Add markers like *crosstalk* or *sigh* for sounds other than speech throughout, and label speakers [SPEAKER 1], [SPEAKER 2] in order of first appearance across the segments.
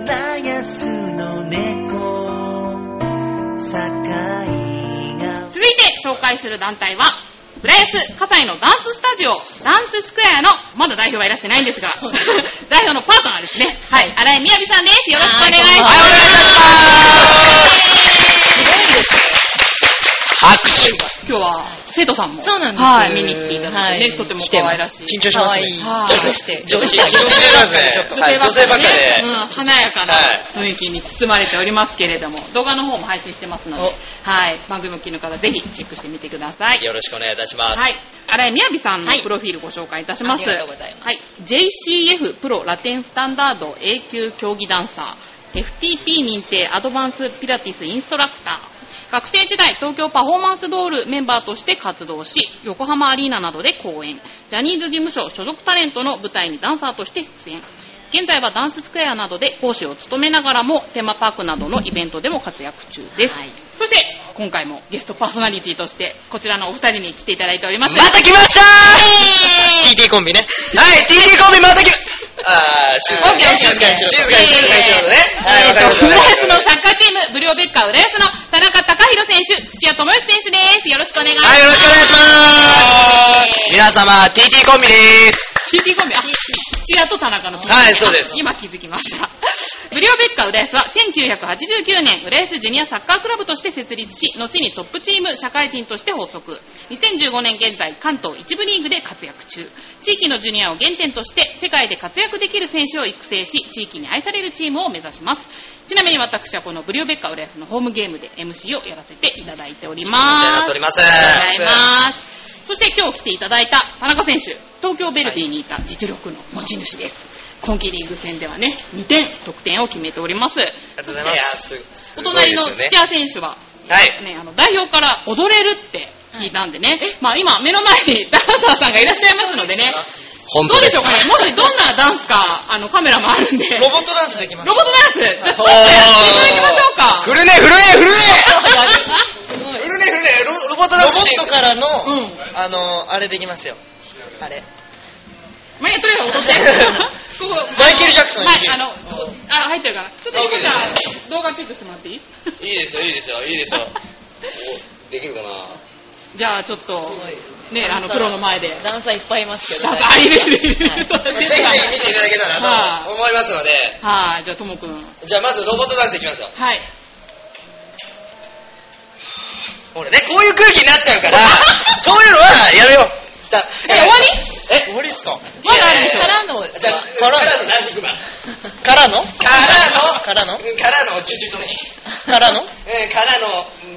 [SPEAKER 1] ガスの猫、堺が
[SPEAKER 2] 続いて紹介する団体は、浦安、葛西のダンススタジオ、ダンススクエアの、まだ代表はいらしてないんですが、代表のパートナーですね。はい。荒井みやびさんです。よろしくお願いします。
[SPEAKER 3] はいお願いし拍手
[SPEAKER 2] 今日は、生徒さんも、
[SPEAKER 4] そうなんです
[SPEAKER 2] はい、見に来ていただいてね、
[SPEAKER 4] はい
[SPEAKER 2] とても可愛らしい。
[SPEAKER 3] 緊張しますね。
[SPEAKER 2] はい
[SPEAKER 4] 女子して。
[SPEAKER 3] 上品。
[SPEAKER 4] 女
[SPEAKER 3] 緊張してますね。ちょっと。はい、女性ばっか
[SPEAKER 2] ね
[SPEAKER 3] で。
[SPEAKER 2] うん、華やかな
[SPEAKER 3] はい
[SPEAKER 2] 雰囲気に包まれておりますけれども、動画の方も配信してますので、はい、番組を聞きの方、ぜひチェックしてみてください。
[SPEAKER 3] よろしくお願いいたします。
[SPEAKER 2] はい。荒井みやびさんの
[SPEAKER 4] はい
[SPEAKER 2] プロフィールご紹介いたします。
[SPEAKER 4] ありがとうございます
[SPEAKER 2] はい。JCF プロラテンスタンダード A 級競技ダンサー、FTP 認定アドバンスピラティスインストラクター、学生時代東京パフォーマンスドールメンバーとして活動し、横浜アリーナなどで公演、ジャニーズ事務所所属タレントの舞台にダンサーとして出演。現在はダンススクエアなどで講師を務めながらもテーマパークなどのイベントでも活躍中です、
[SPEAKER 4] はい
[SPEAKER 2] そして今回もゲストパーソナリティとしてこちらのお二人に来ていただいておりま
[SPEAKER 3] ますた来ました !TT コンビね。はい、TT コンビまた来あー、静か
[SPEAKER 2] オッ
[SPEAKER 3] に、
[SPEAKER 2] ケーオッケー
[SPEAKER 3] 静かにしよう。静かに、静かにしようね。はい、
[SPEAKER 2] え
[SPEAKER 3] わ
[SPEAKER 2] ー
[SPEAKER 3] かりま
[SPEAKER 2] と、
[SPEAKER 3] した
[SPEAKER 2] 浦安のサッカーチーム、ブリオベッカー浦安の田中貴弘選手、土屋智之選手です。よろしくお願いしま
[SPEAKER 3] はい、よろしくお願いしますす。皆様、TT コンビです。
[SPEAKER 2] す。TT コンビ、あ土屋と田中のコンビ
[SPEAKER 3] はいそうです
[SPEAKER 2] 今気づきました。 *laughs* ブリオベッカー浦安は1989年、浦安ジュニアサッカークラブとして設立し、後にトップチーム社会人として発足。2015年現在、関東一部リーグで活躍中。地域のジュニアを原点として、世界で活躍できる選手を育成し、地域に愛されるチームを目指します。ちなみに私はこのブリオベッカー浦安のホームゲームで MC をやらせていただいており
[SPEAKER 3] お
[SPEAKER 2] ま
[SPEAKER 3] 世話になっ
[SPEAKER 2] す
[SPEAKER 3] ており。ます。
[SPEAKER 2] ありがとうございます。そして今日来ていただいた田中選手、東京ベルディにいた実力の持ち主です。今季リーグ戦ではね、2点得点を決めております。
[SPEAKER 3] ありがとうございます。
[SPEAKER 2] お隣の
[SPEAKER 3] すごいです
[SPEAKER 2] 土
[SPEAKER 3] よね
[SPEAKER 2] 屋選手は、
[SPEAKER 3] はい。
[SPEAKER 2] ね、あの代表から踊れるって聞いたんでね、まあ今目の前にダン *laughs* サーさんがいらっしゃいますのでね、
[SPEAKER 3] 本
[SPEAKER 2] ど
[SPEAKER 3] 当
[SPEAKER 2] うで
[SPEAKER 3] で
[SPEAKER 2] し
[SPEAKER 3] す
[SPEAKER 2] ょうかね、もしどんなダンスか、あのカメラもあるんで、ロ
[SPEAKER 5] ロ
[SPEAKER 2] ボ
[SPEAKER 5] ボットダンスできます。
[SPEAKER 2] ットダンス、じゃあちょっとやっていただきましょうか。
[SPEAKER 3] 振るね、振るね、振るね
[SPEAKER 5] フルネフルネロロボットダンスロボットからの、
[SPEAKER 2] *laughs* うん
[SPEAKER 5] あのあれできますよあれ
[SPEAKER 2] まあ、とりあえず踊
[SPEAKER 3] *laughs*
[SPEAKER 2] って。ここ
[SPEAKER 5] マイケルジャクソン
[SPEAKER 2] はい
[SPEAKER 5] い、る
[SPEAKER 2] あの、あ、入ってるかな。ちょっと今から動画チェックしてもらっていい
[SPEAKER 3] いいですよ、いいですよ、いいですよ。 *laughs* できるかな
[SPEAKER 2] じゃあちょっと、ね、あの、プロの前で。
[SPEAKER 4] ダンサーいっぱいいますけど、
[SPEAKER 2] ダ
[SPEAKER 4] ね。
[SPEAKER 2] サいるいるいるそう
[SPEAKER 3] ぜ
[SPEAKER 2] 出
[SPEAKER 3] ひ
[SPEAKER 2] て
[SPEAKER 3] ぜ
[SPEAKER 2] た
[SPEAKER 3] ひ見ていただけた *laughs* らと思いますので、
[SPEAKER 2] はい、じゃあともくん。
[SPEAKER 3] じゃあまずロボットダンスいきますよ。
[SPEAKER 2] はい。
[SPEAKER 3] 俺ね、こういう空気になっちゃうから、 *laughs* そういうのはやめよう。だ
[SPEAKER 2] え、終わ
[SPEAKER 3] え
[SPEAKER 5] 終わりっすか
[SPEAKER 2] りまだあるでしょ
[SPEAKER 4] からの、
[SPEAKER 3] じゃあ、
[SPEAKER 5] からの
[SPEAKER 3] からのランニングマン。
[SPEAKER 5] からの
[SPEAKER 3] からの、
[SPEAKER 5] からの
[SPEAKER 3] うんからの、チュチュとに。
[SPEAKER 5] からの
[SPEAKER 3] うん、からの、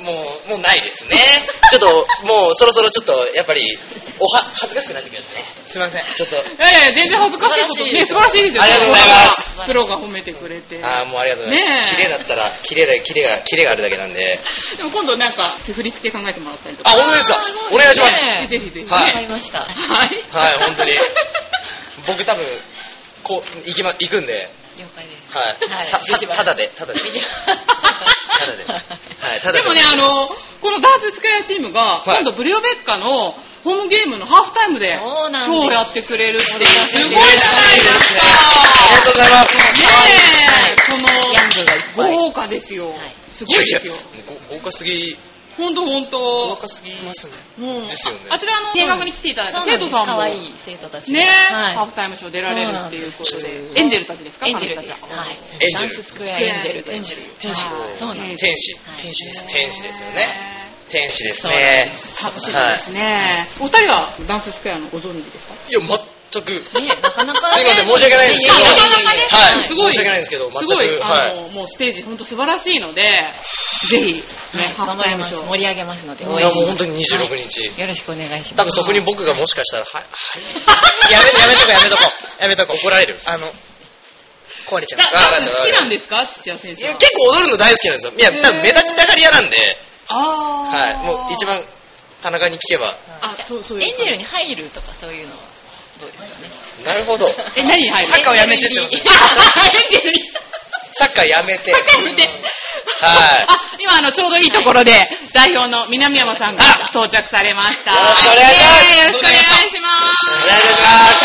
[SPEAKER 3] もう、もうないですね。 *laughs* ちょっと、もうそろそろちょっと、やっぱり、おは、恥ずかしくなってきましたね。
[SPEAKER 5] すいません
[SPEAKER 3] ちょっと、
[SPEAKER 2] いやいや、全然恥ずかしいこと。ね、素晴らしいですよ。
[SPEAKER 3] ありがとうございます
[SPEAKER 2] プロが褒めてくれて。
[SPEAKER 3] ああ、もうありがとうございます。
[SPEAKER 2] ねえ
[SPEAKER 3] 綺麗だったら、綺麗だ、綺麗が、綺麗があるだけなんで。
[SPEAKER 2] でも今度なんか、手振り付け考えてもらったりと
[SPEAKER 3] あ、
[SPEAKER 2] か。
[SPEAKER 3] 本当ですかお願いします。
[SPEAKER 4] ね
[SPEAKER 2] ぜひぜひね。
[SPEAKER 3] は
[SPEAKER 4] わ
[SPEAKER 3] い
[SPEAKER 4] かりました。よ
[SPEAKER 2] はい。
[SPEAKER 3] はい本当
[SPEAKER 2] *laughs*
[SPEAKER 3] に僕多分、こう、行きま、行くんで、
[SPEAKER 4] 解です。
[SPEAKER 3] はい。
[SPEAKER 4] はい
[SPEAKER 3] た、
[SPEAKER 4] ビジバ
[SPEAKER 3] たただで、ただで。ただで。はい、ただ
[SPEAKER 2] でもね、あの、このダンススクエアチームが、
[SPEAKER 3] はい
[SPEAKER 2] 今度ブリオベッカのホームゲームのハーフタイムで、
[SPEAKER 4] そうなんです
[SPEAKER 2] ショーをやってくれるっていう、すごいじゃない
[SPEAKER 3] 嬉
[SPEAKER 2] で
[SPEAKER 3] しいです
[SPEAKER 2] すか。。
[SPEAKER 3] ねありがとうございます。
[SPEAKER 4] ヤングがいっ
[SPEAKER 2] ねえ、こ
[SPEAKER 4] ぱ
[SPEAKER 2] の、
[SPEAKER 4] い。
[SPEAKER 2] 豪華ですよ。すごいですよ。
[SPEAKER 3] ご豪華すぎ、
[SPEAKER 2] ほんとほん
[SPEAKER 5] 豪
[SPEAKER 2] と。
[SPEAKER 5] 華すぎますね
[SPEAKER 2] もう
[SPEAKER 3] ですよね
[SPEAKER 2] ああちらの見学に来ていただいた
[SPEAKER 4] そうな
[SPEAKER 2] 生
[SPEAKER 4] んで
[SPEAKER 2] 徒
[SPEAKER 4] す。
[SPEAKER 2] さん
[SPEAKER 4] か
[SPEAKER 2] も。
[SPEAKER 4] わいい生徒たちが。
[SPEAKER 2] ねえ、ハー
[SPEAKER 4] は
[SPEAKER 2] フタイムショー出られるっていうこと
[SPEAKER 4] そうなんです
[SPEAKER 2] で。エンジェルたちですか
[SPEAKER 4] い。エンジェルです。
[SPEAKER 2] 彼女たち
[SPEAKER 4] はい。
[SPEAKER 3] エンジ
[SPEAKER 4] ダ
[SPEAKER 3] ェル
[SPEAKER 4] ンススクエアエンジェルという。
[SPEAKER 2] 天
[SPEAKER 3] 使
[SPEAKER 4] そうなんです。
[SPEAKER 3] 天使。
[SPEAKER 4] はい
[SPEAKER 3] 天使です。天使ですよね。
[SPEAKER 2] ね
[SPEAKER 3] 天使です
[SPEAKER 4] そうなん
[SPEAKER 3] ね
[SPEAKER 4] で。
[SPEAKER 2] 楽しみですね、お二人はダンススクエアのご存知ですか
[SPEAKER 3] いや、全く。すい
[SPEAKER 4] ねなかなかね。
[SPEAKER 3] ません、申し訳ないんですけど。
[SPEAKER 4] いやいやいや
[SPEAKER 3] はい。
[SPEAKER 2] すごい
[SPEAKER 3] 申し訳ないんですけど、全く。
[SPEAKER 2] すごい、
[SPEAKER 3] は
[SPEAKER 2] あ
[SPEAKER 3] い。
[SPEAKER 2] の、もうステージ本当素晴らしいので、ぜひ、ね、ハー
[SPEAKER 4] 頑
[SPEAKER 2] フ
[SPEAKER 4] 張
[SPEAKER 2] タイ
[SPEAKER 4] り
[SPEAKER 2] ム
[SPEAKER 4] ま
[SPEAKER 2] シ
[SPEAKER 4] す。
[SPEAKER 2] ョー。
[SPEAKER 4] 盛り上げますので、応
[SPEAKER 3] い
[SPEAKER 4] 援
[SPEAKER 3] や、
[SPEAKER 4] し
[SPEAKER 3] もう
[SPEAKER 4] ま
[SPEAKER 3] 本
[SPEAKER 4] す。
[SPEAKER 3] 当に26日。
[SPEAKER 4] よろしくお願いします。
[SPEAKER 3] 多分そこに僕がもしかしたら、はい、
[SPEAKER 5] やめやめ
[SPEAKER 2] *laughs*
[SPEAKER 5] とこやめとこやめとこ
[SPEAKER 3] 怒られる。
[SPEAKER 5] あの壊れちゃう
[SPEAKER 2] だダン
[SPEAKER 3] わか
[SPEAKER 2] ス
[SPEAKER 3] った
[SPEAKER 2] 好きなんですか土屋選
[SPEAKER 3] い
[SPEAKER 2] 手
[SPEAKER 3] や
[SPEAKER 2] は。
[SPEAKER 3] 結構踊るの大好きなんですよ。いや、多分目立ちたがり屋なんで、
[SPEAKER 2] あー
[SPEAKER 3] はい。もう一。番、田中に聞けば、
[SPEAKER 2] あ、そう、そういう。
[SPEAKER 4] エンジェルに入るとかそういうのはどうですかね。
[SPEAKER 3] *laughs* なるほど。
[SPEAKER 2] え、何に入る
[SPEAKER 3] サッカーをやめてってこと
[SPEAKER 2] エンジェルに。
[SPEAKER 3] サッカーやめて。
[SPEAKER 2] サッカーやめて。
[SPEAKER 3] はい
[SPEAKER 2] あ、今あの、ちょうどいいところで、代表の南山さんが到着されました。
[SPEAKER 3] よろしくお願いしま
[SPEAKER 2] イ
[SPEAKER 3] す
[SPEAKER 2] エーイよろしくお願いします。
[SPEAKER 3] お願いします。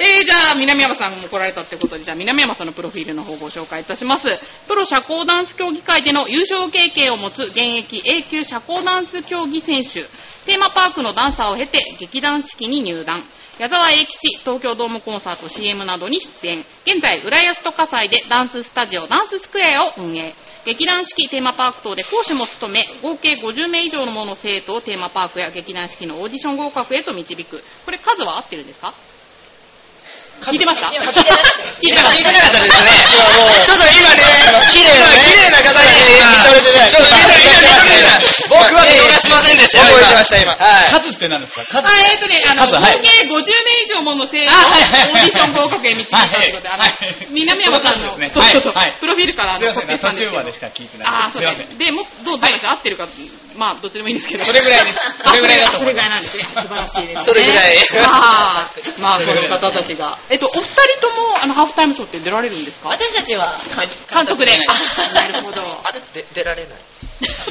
[SPEAKER 2] えー、じゃああ、南山さんも来られたってことで、じゃあ南山さんのプロフィールの方をご紹介いたします。プロ社交ダンス競技会での優勝経験を持つ現役 A 級社交ダンス競技選手。テーマパークのダンサーを経て劇団四季に入団。矢沢永吉、東京ドームコンサート CM などに出演。現在、浦安と葛西でダンススタジオ、ダンススクエアを運営。劇団四季テーマパーク等で講師も務め、合計50名以上のもの生徒をテーマパークや劇団四季のオーディション合格へと導く。これ数は合ってるんですか聞いてました聞いてました。聞いてま
[SPEAKER 6] 聞いてなか
[SPEAKER 2] し
[SPEAKER 6] ったですね。
[SPEAKER 3] ちょっと今ね、綺麗な、綺麗な方に認めてない。
[SPEAKER 6] ちょっと見た見た
[SPEAKER 3] 僕
[SPEAKER 6] 僕は
[SPEAKER 3] は
[SPEAKER 6] 見
[SPEAKER 3] 見
[SPEAKER 6] 逃
[SPEAKER 3] 逃
[SPEAKER 6] し
[SPEAKER 3] し
[SPEAKER 6] ませんでしたよ。
[SPEAKER 3] 覚えてました、今。はい。
[SPEAKER 7] 数って何ですか数
[SPEAKER 2] た。あ、えっ、とね、あの、
[SPEAKER 7] 数はい
[SPEAKER 2] 合計50名以上もの生徒をオーディション合格へ導いたということで、あの
[SPEAKER 7] はいはい、
[SPEAKER 2] 南山さんの、
[SPEAKER 7] そういうこと
[SPEAKER 2] そう
[SPEAKER 7] ですね
[SPEAKER 2] そうそう
[SPEAKER 7] はいはい
[SPEAKER 2] プロフィールからあ
[SPEAKER 7] すい
[SPEAKER 2] の
[SPEAKER 7] ま
[SPEAKER 2] コピー
[SPEAKER 7] せん
[SPEAKER 2] したん
[SPEAKER 7] 途
[SPEAKER 2] ですけど
[SPEAKER 7] 中までしか聞いてない
[SPEAKER 2] ああ、
[SPEAKER 7] す
[SPEAKER 2] そ
[SPEAKER 7] いうま
[SPEAKER 2] で
[SPEAKER 7] せん
[SPEAKER 2] す。で、も、どう、どうでした合ってるか、まあ、どっちでもいいんですけど。
[SPEAKER 7] それぐらい
[SPEAKER 2] *laughs*
[SPEAKER 7] です
[SPEAKER 2] あ
[SPEAKER 7] それぐらいだと
[SPEAKER 2] そ
[SPEAKER 7] 思
[SPEAKER 2] れ
[SPEAKER 7] い
[SPEAKER 2] ぐ
[SPEAKER 7] ま
[SPEAKER 2] らいなん
[SPEAKER 7] す
[SPEAKER 2] ですね。素晴らしいです。
[SPEAKER 3] それぐらい
[SPEAKER 2] まあ、 *laughs* まあ、この方たちが。えっと、お二人とも、あの、ハーフタイムショーって出られるんですか
[SPEAKER 4] 私たちは
[SPEAKER 2] 監督で。あなるほど。
[SPEAKER 3] あ、で出られない。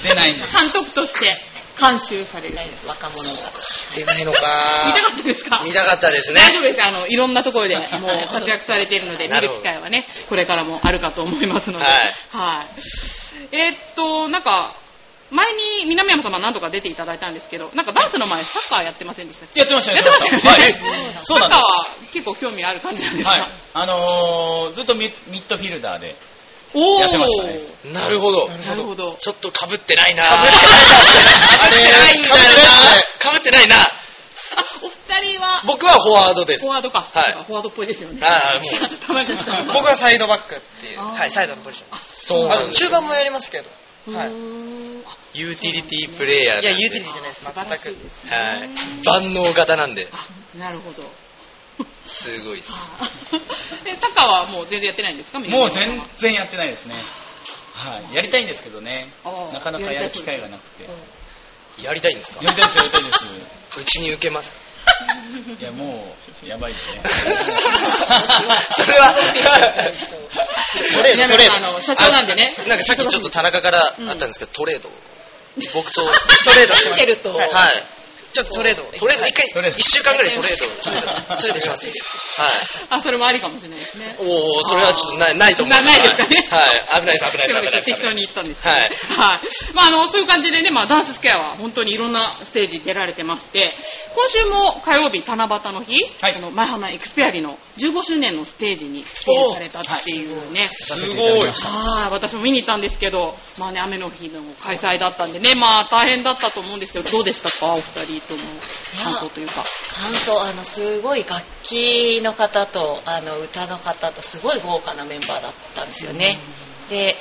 [SPEAKER 7] 出ないんです
[SPEAKER 2] 監督として監修される。
[SPEAKER 4] 若者
[SPEAKER 3] 出ない
[SPEAKER 2] *laughs*
[SPEAKER 3] の
[SPEAKER 2] 見た
[SPEAKER 3] か。
[SPEAKER 2] かったですか
[SPEAKER 3] 見たかったですね。
[SPEAKER 2] 大丈夫です。あの、いろんなところでもう活躍されているので、見
[SPEAKER 3] な
[SPEAKER 2] る
[SPEAKER 3] るほど
[SPEAKER 2] 機会はね、これからもあるかと思いますので。
[SPEAKER 3] はい
[SPEAKER 2] はい。えーっと、なんか、前に南山様何度か出ていただいたんですけど、なんかダンスの前、サッカーやってませんでしたっけ
[SPEAKER 7] やってました
[SPEAKER 2] やってましたよね。 *laughs*
[SPEAKER 7] はいそうなんで
[SPEAKER 2] サッカー
[SPEAKER 7] す
[SPEAKER 2] は結構興味ある感じなんですか、
[SPEAKER 7] はいあのーずっとミミッドフィルダーで
[SPEAKER 2] おー。
[SPEAKER 7] やってましたね
[SPEAKER 3] なるほど。
[SPEAKER 2] なるほど。
[SPEAKER 3] ちょっと被ってないな。被
[SPEAKER 2] って
[SPEAKER 3] ってないんだよな。被ってないな。
[SPEAKER 2] あ、お二人は、
[SPEAKER 3] 僕はフォワードです
[SPEAKER 2] フォ。ワードか。
[SPEAKER 3] はい
[SPEAKER 2] なんかフォワードっぽいですよね。
[SPEAKER 3] あーも
[SPEAKER 2] *laughs* 田中さんは
[SPEAKER 8] 僕はサイドバックっていう、
[SPEAKER 2] あー
[SPEAKER 8] はい、サイドのポジション。
[SPEAKER 3] そう
[SPEAKER 8] あ
[SPEAKER 3] なん
[SPEAKER 8] の
[SPEAKER 3] です
[SPEAKER 8] 中
[SPEAKER 3] よ
[SPEAKER 8] 盤もやりますけど。
[SPEAKER 2] う
[SPEAKER 8] はい
[SPEAKER 2] ーんあ
[SPEAKER 3] ユーティリティプレイヤーなん
[SPEAKER 8] いや、
[SPEAKER 3] で
[SPEAKER 8] ユーティリティじゃないです、
[SPEAKER 2] 素晴らしい
[SPEAKER 8] 全く。
[SPEAKER 2] ですね。
[SPEAKER 3] はい。万能型なんで、
[SPEAKER 2] あ、なるほど。
[SPEAKER 3] すごいです。
[SPEAKER 2] *laughs* え、サッカーはもう全然やってないんですか
[SPEAKER 7] もう全然やってないですねはいやりたいんですけどね
[SPEAKER 2] あー
[SPEAKER 7] なかなかやる機会がなくて
[SPEAKER 3] やりたいんですか
[SPEAKER 7] やりたいですやりたいです
[SPEAKER 3] うちに受けますか
[SPEAKER 7] いやもうやばいです
[SPEAKER 3] *laughs*
[SPEAKER 7] ね
[SPEAKER 3] それは、
[SPEAKER 2] トレード、トレード。あの、社長なんでね。
[SPEAKER 3] なんかさっきちょっと田中からあったんですけど、トレード。僕とトレードして
[SPEAKER 4] アン
[SPEAKER 3] ます
[SPEAKER 4] ジェルと
[SPEAKER 3] はい。
[SPEAKER 8] ちょっとトレードを。
[SPEAKER 3] トレード、一
[SPEAKER 7] ト
[SPEAKER 3] 回、
[SPEAKER 7] レード
[SPEAKER 3] 一週間ぐらいトレード、トレードします。はい。
[SPEAKER 2] あ、それもありかもしれないですね。
[SPEAKER 3] おおそれはちょっとない、ないと思う。
[SPEAKER 2] なないですかね
[SPEAKER 3] はい。危ないです、危ないです、
[SPEAKER 2] め
[SPEAKER 3] 危
[SPEAKER 2] っ
[SPEAKER 3] ない
[SPEAKER 2] ち
[SPEAKER 3] で
[SPEAKER 2] ゃ適
[SPEAKER 3] す。危
[SPEAKER 2] 当
[SPEAKER 3] ない
[SPEAKER 2] に
[SPEAKER 3] です
[SPEAKER 2] 言ったんですけどね。はい。まあ、あの、そういう感じでね、まあ、ダンススケアは本当にいろんなステージ出られてまして、今週も火曜日、七夕の日、
[SPEAKER 7] はい
[SPEAKER 2] あの、前花エクスペアリの15周年のステージに出演されたっていうね。
[SPEAKER 3] すごい。
[SPEAKER 2] はい、私も見に行ったんですけど、まあね、雨の日の開催だったんでね、まあ大変だったと思うんですけど、どうでしたか、お二人とも感想というか。
[SPEAKER 4] 感想あのすごい楽器の方とあの歌の方とすごい豪華なメンバーだったんですよね、で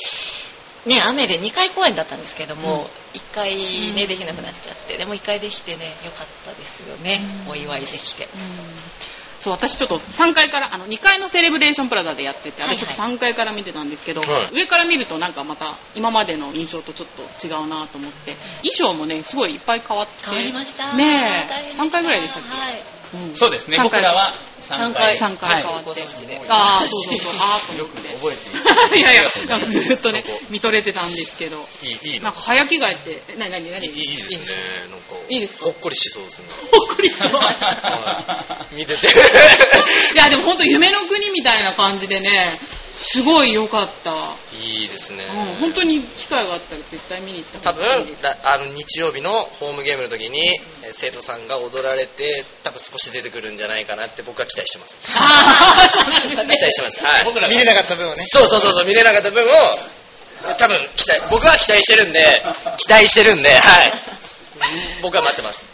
[SPEAKER 4] ね雨で2回公演だったんですけども、1回ねできなくなっちゃってでも1回できてねよかったですよね、お祝いできて、
[SPEAKER 2] そう、私ちょっと3階から、あの、2階のセレブレーションプラザでやってて、
[SPEAKER 4] はいはい
[SPEAKER 2] 私ちょっと3階から見てたんですけど、
[SPEAKER 3] はい
[SPEAKER 2] 上から見るとなんかまた今までの印象とちょっと違うなと思って、衣装もね、すごいいっぱい変わって。
[SPEAKER 4] 変わりました
[SPEAKER 2] ねえ
[SPEAKER 4] 大変でし
[SPEAKER 2] 3回ぐらいでしたっ
[SPEAKER 4] はい
[SPEAKER 2] け、うん
[SPEAKER 7] そうですね
[SPEAKER 2] 三
[SPEAKER 7] 僕
[SPEAKER 2] 回
[SPEAKER 7] らは
[SPEAKER 4] 三
[SPEAKER 7] 3
[SPEAKER 4] 回
[SPEAKER 7] 回
[SPEAKER 2] 3回変わ
[SPEAKER 7] は
[SPEAKER 2] っ
[SPEAKER 4] ご
[SPEAKER 2] て。
[SPEAKER 4] 存知で
[SPEAKER 2] ああ、そうそうそう、ああ、と思って。
[SPEAKER 7] 覚え
[SPEAKER 2] *laughs*
[SPEAKER 7] ている
[SPEAKER 2] いやいや、なんかずっとね、見とれてたんですけど、
[SPEAKER 3] いい、いい
[SPEAKER 2] なん
[SPEAKER 3] な。
[SPEAKER 2] か早着替えって、えなになにないに
[SPEAKER 3] い、いい
[SPEAKER 2] *laughs*
[SPEAKER 3] ですね。なんか、
[SPEAKER 2] いいですか
[SPEAKER 3] ほっこりしそうですね。
[SPEAKER 2] ほっこり
[SPEAKER 3] *laughs*
[SPEAKER 2] しそう *laughs*
[SPEAKER 3] 見てて。
[SPEAKER 2] いや、でも本当夢の国みたいな感じでね、すごい良かった。
[SPEAKER 3] *laughs* いいですね
[SPEAKER 2] うん、。本当に機会があったら絶対見に行った
[SPEAKER 3] 多
[SPEAKER 2] 方
[SPEAKER 3] 分
[SPEAKER 2] がいい
[SPEAKER 3] *laughs*
[SPEAKER 2] です。
[SPEAKER 3] だあの日曜日のホームゲームの時にえー生徒さんが踊られて多分少し出てくるんじゃないかなって僕は期待してます
[SPEAKER 2] ああ、そうなんだね
[SPEAKER 3] 期。待してますはい
[SPEAKER 7] 僕らが
[SPEAKER 8] 見れなかった分をね。
[SPEAKER 3] そうそうそうそう見れなかった分を多分期待僕は期待してるんで期待してるんで
[SPEAKER 2] *laughs*
[SPEAKER 3] はい僕は待ってます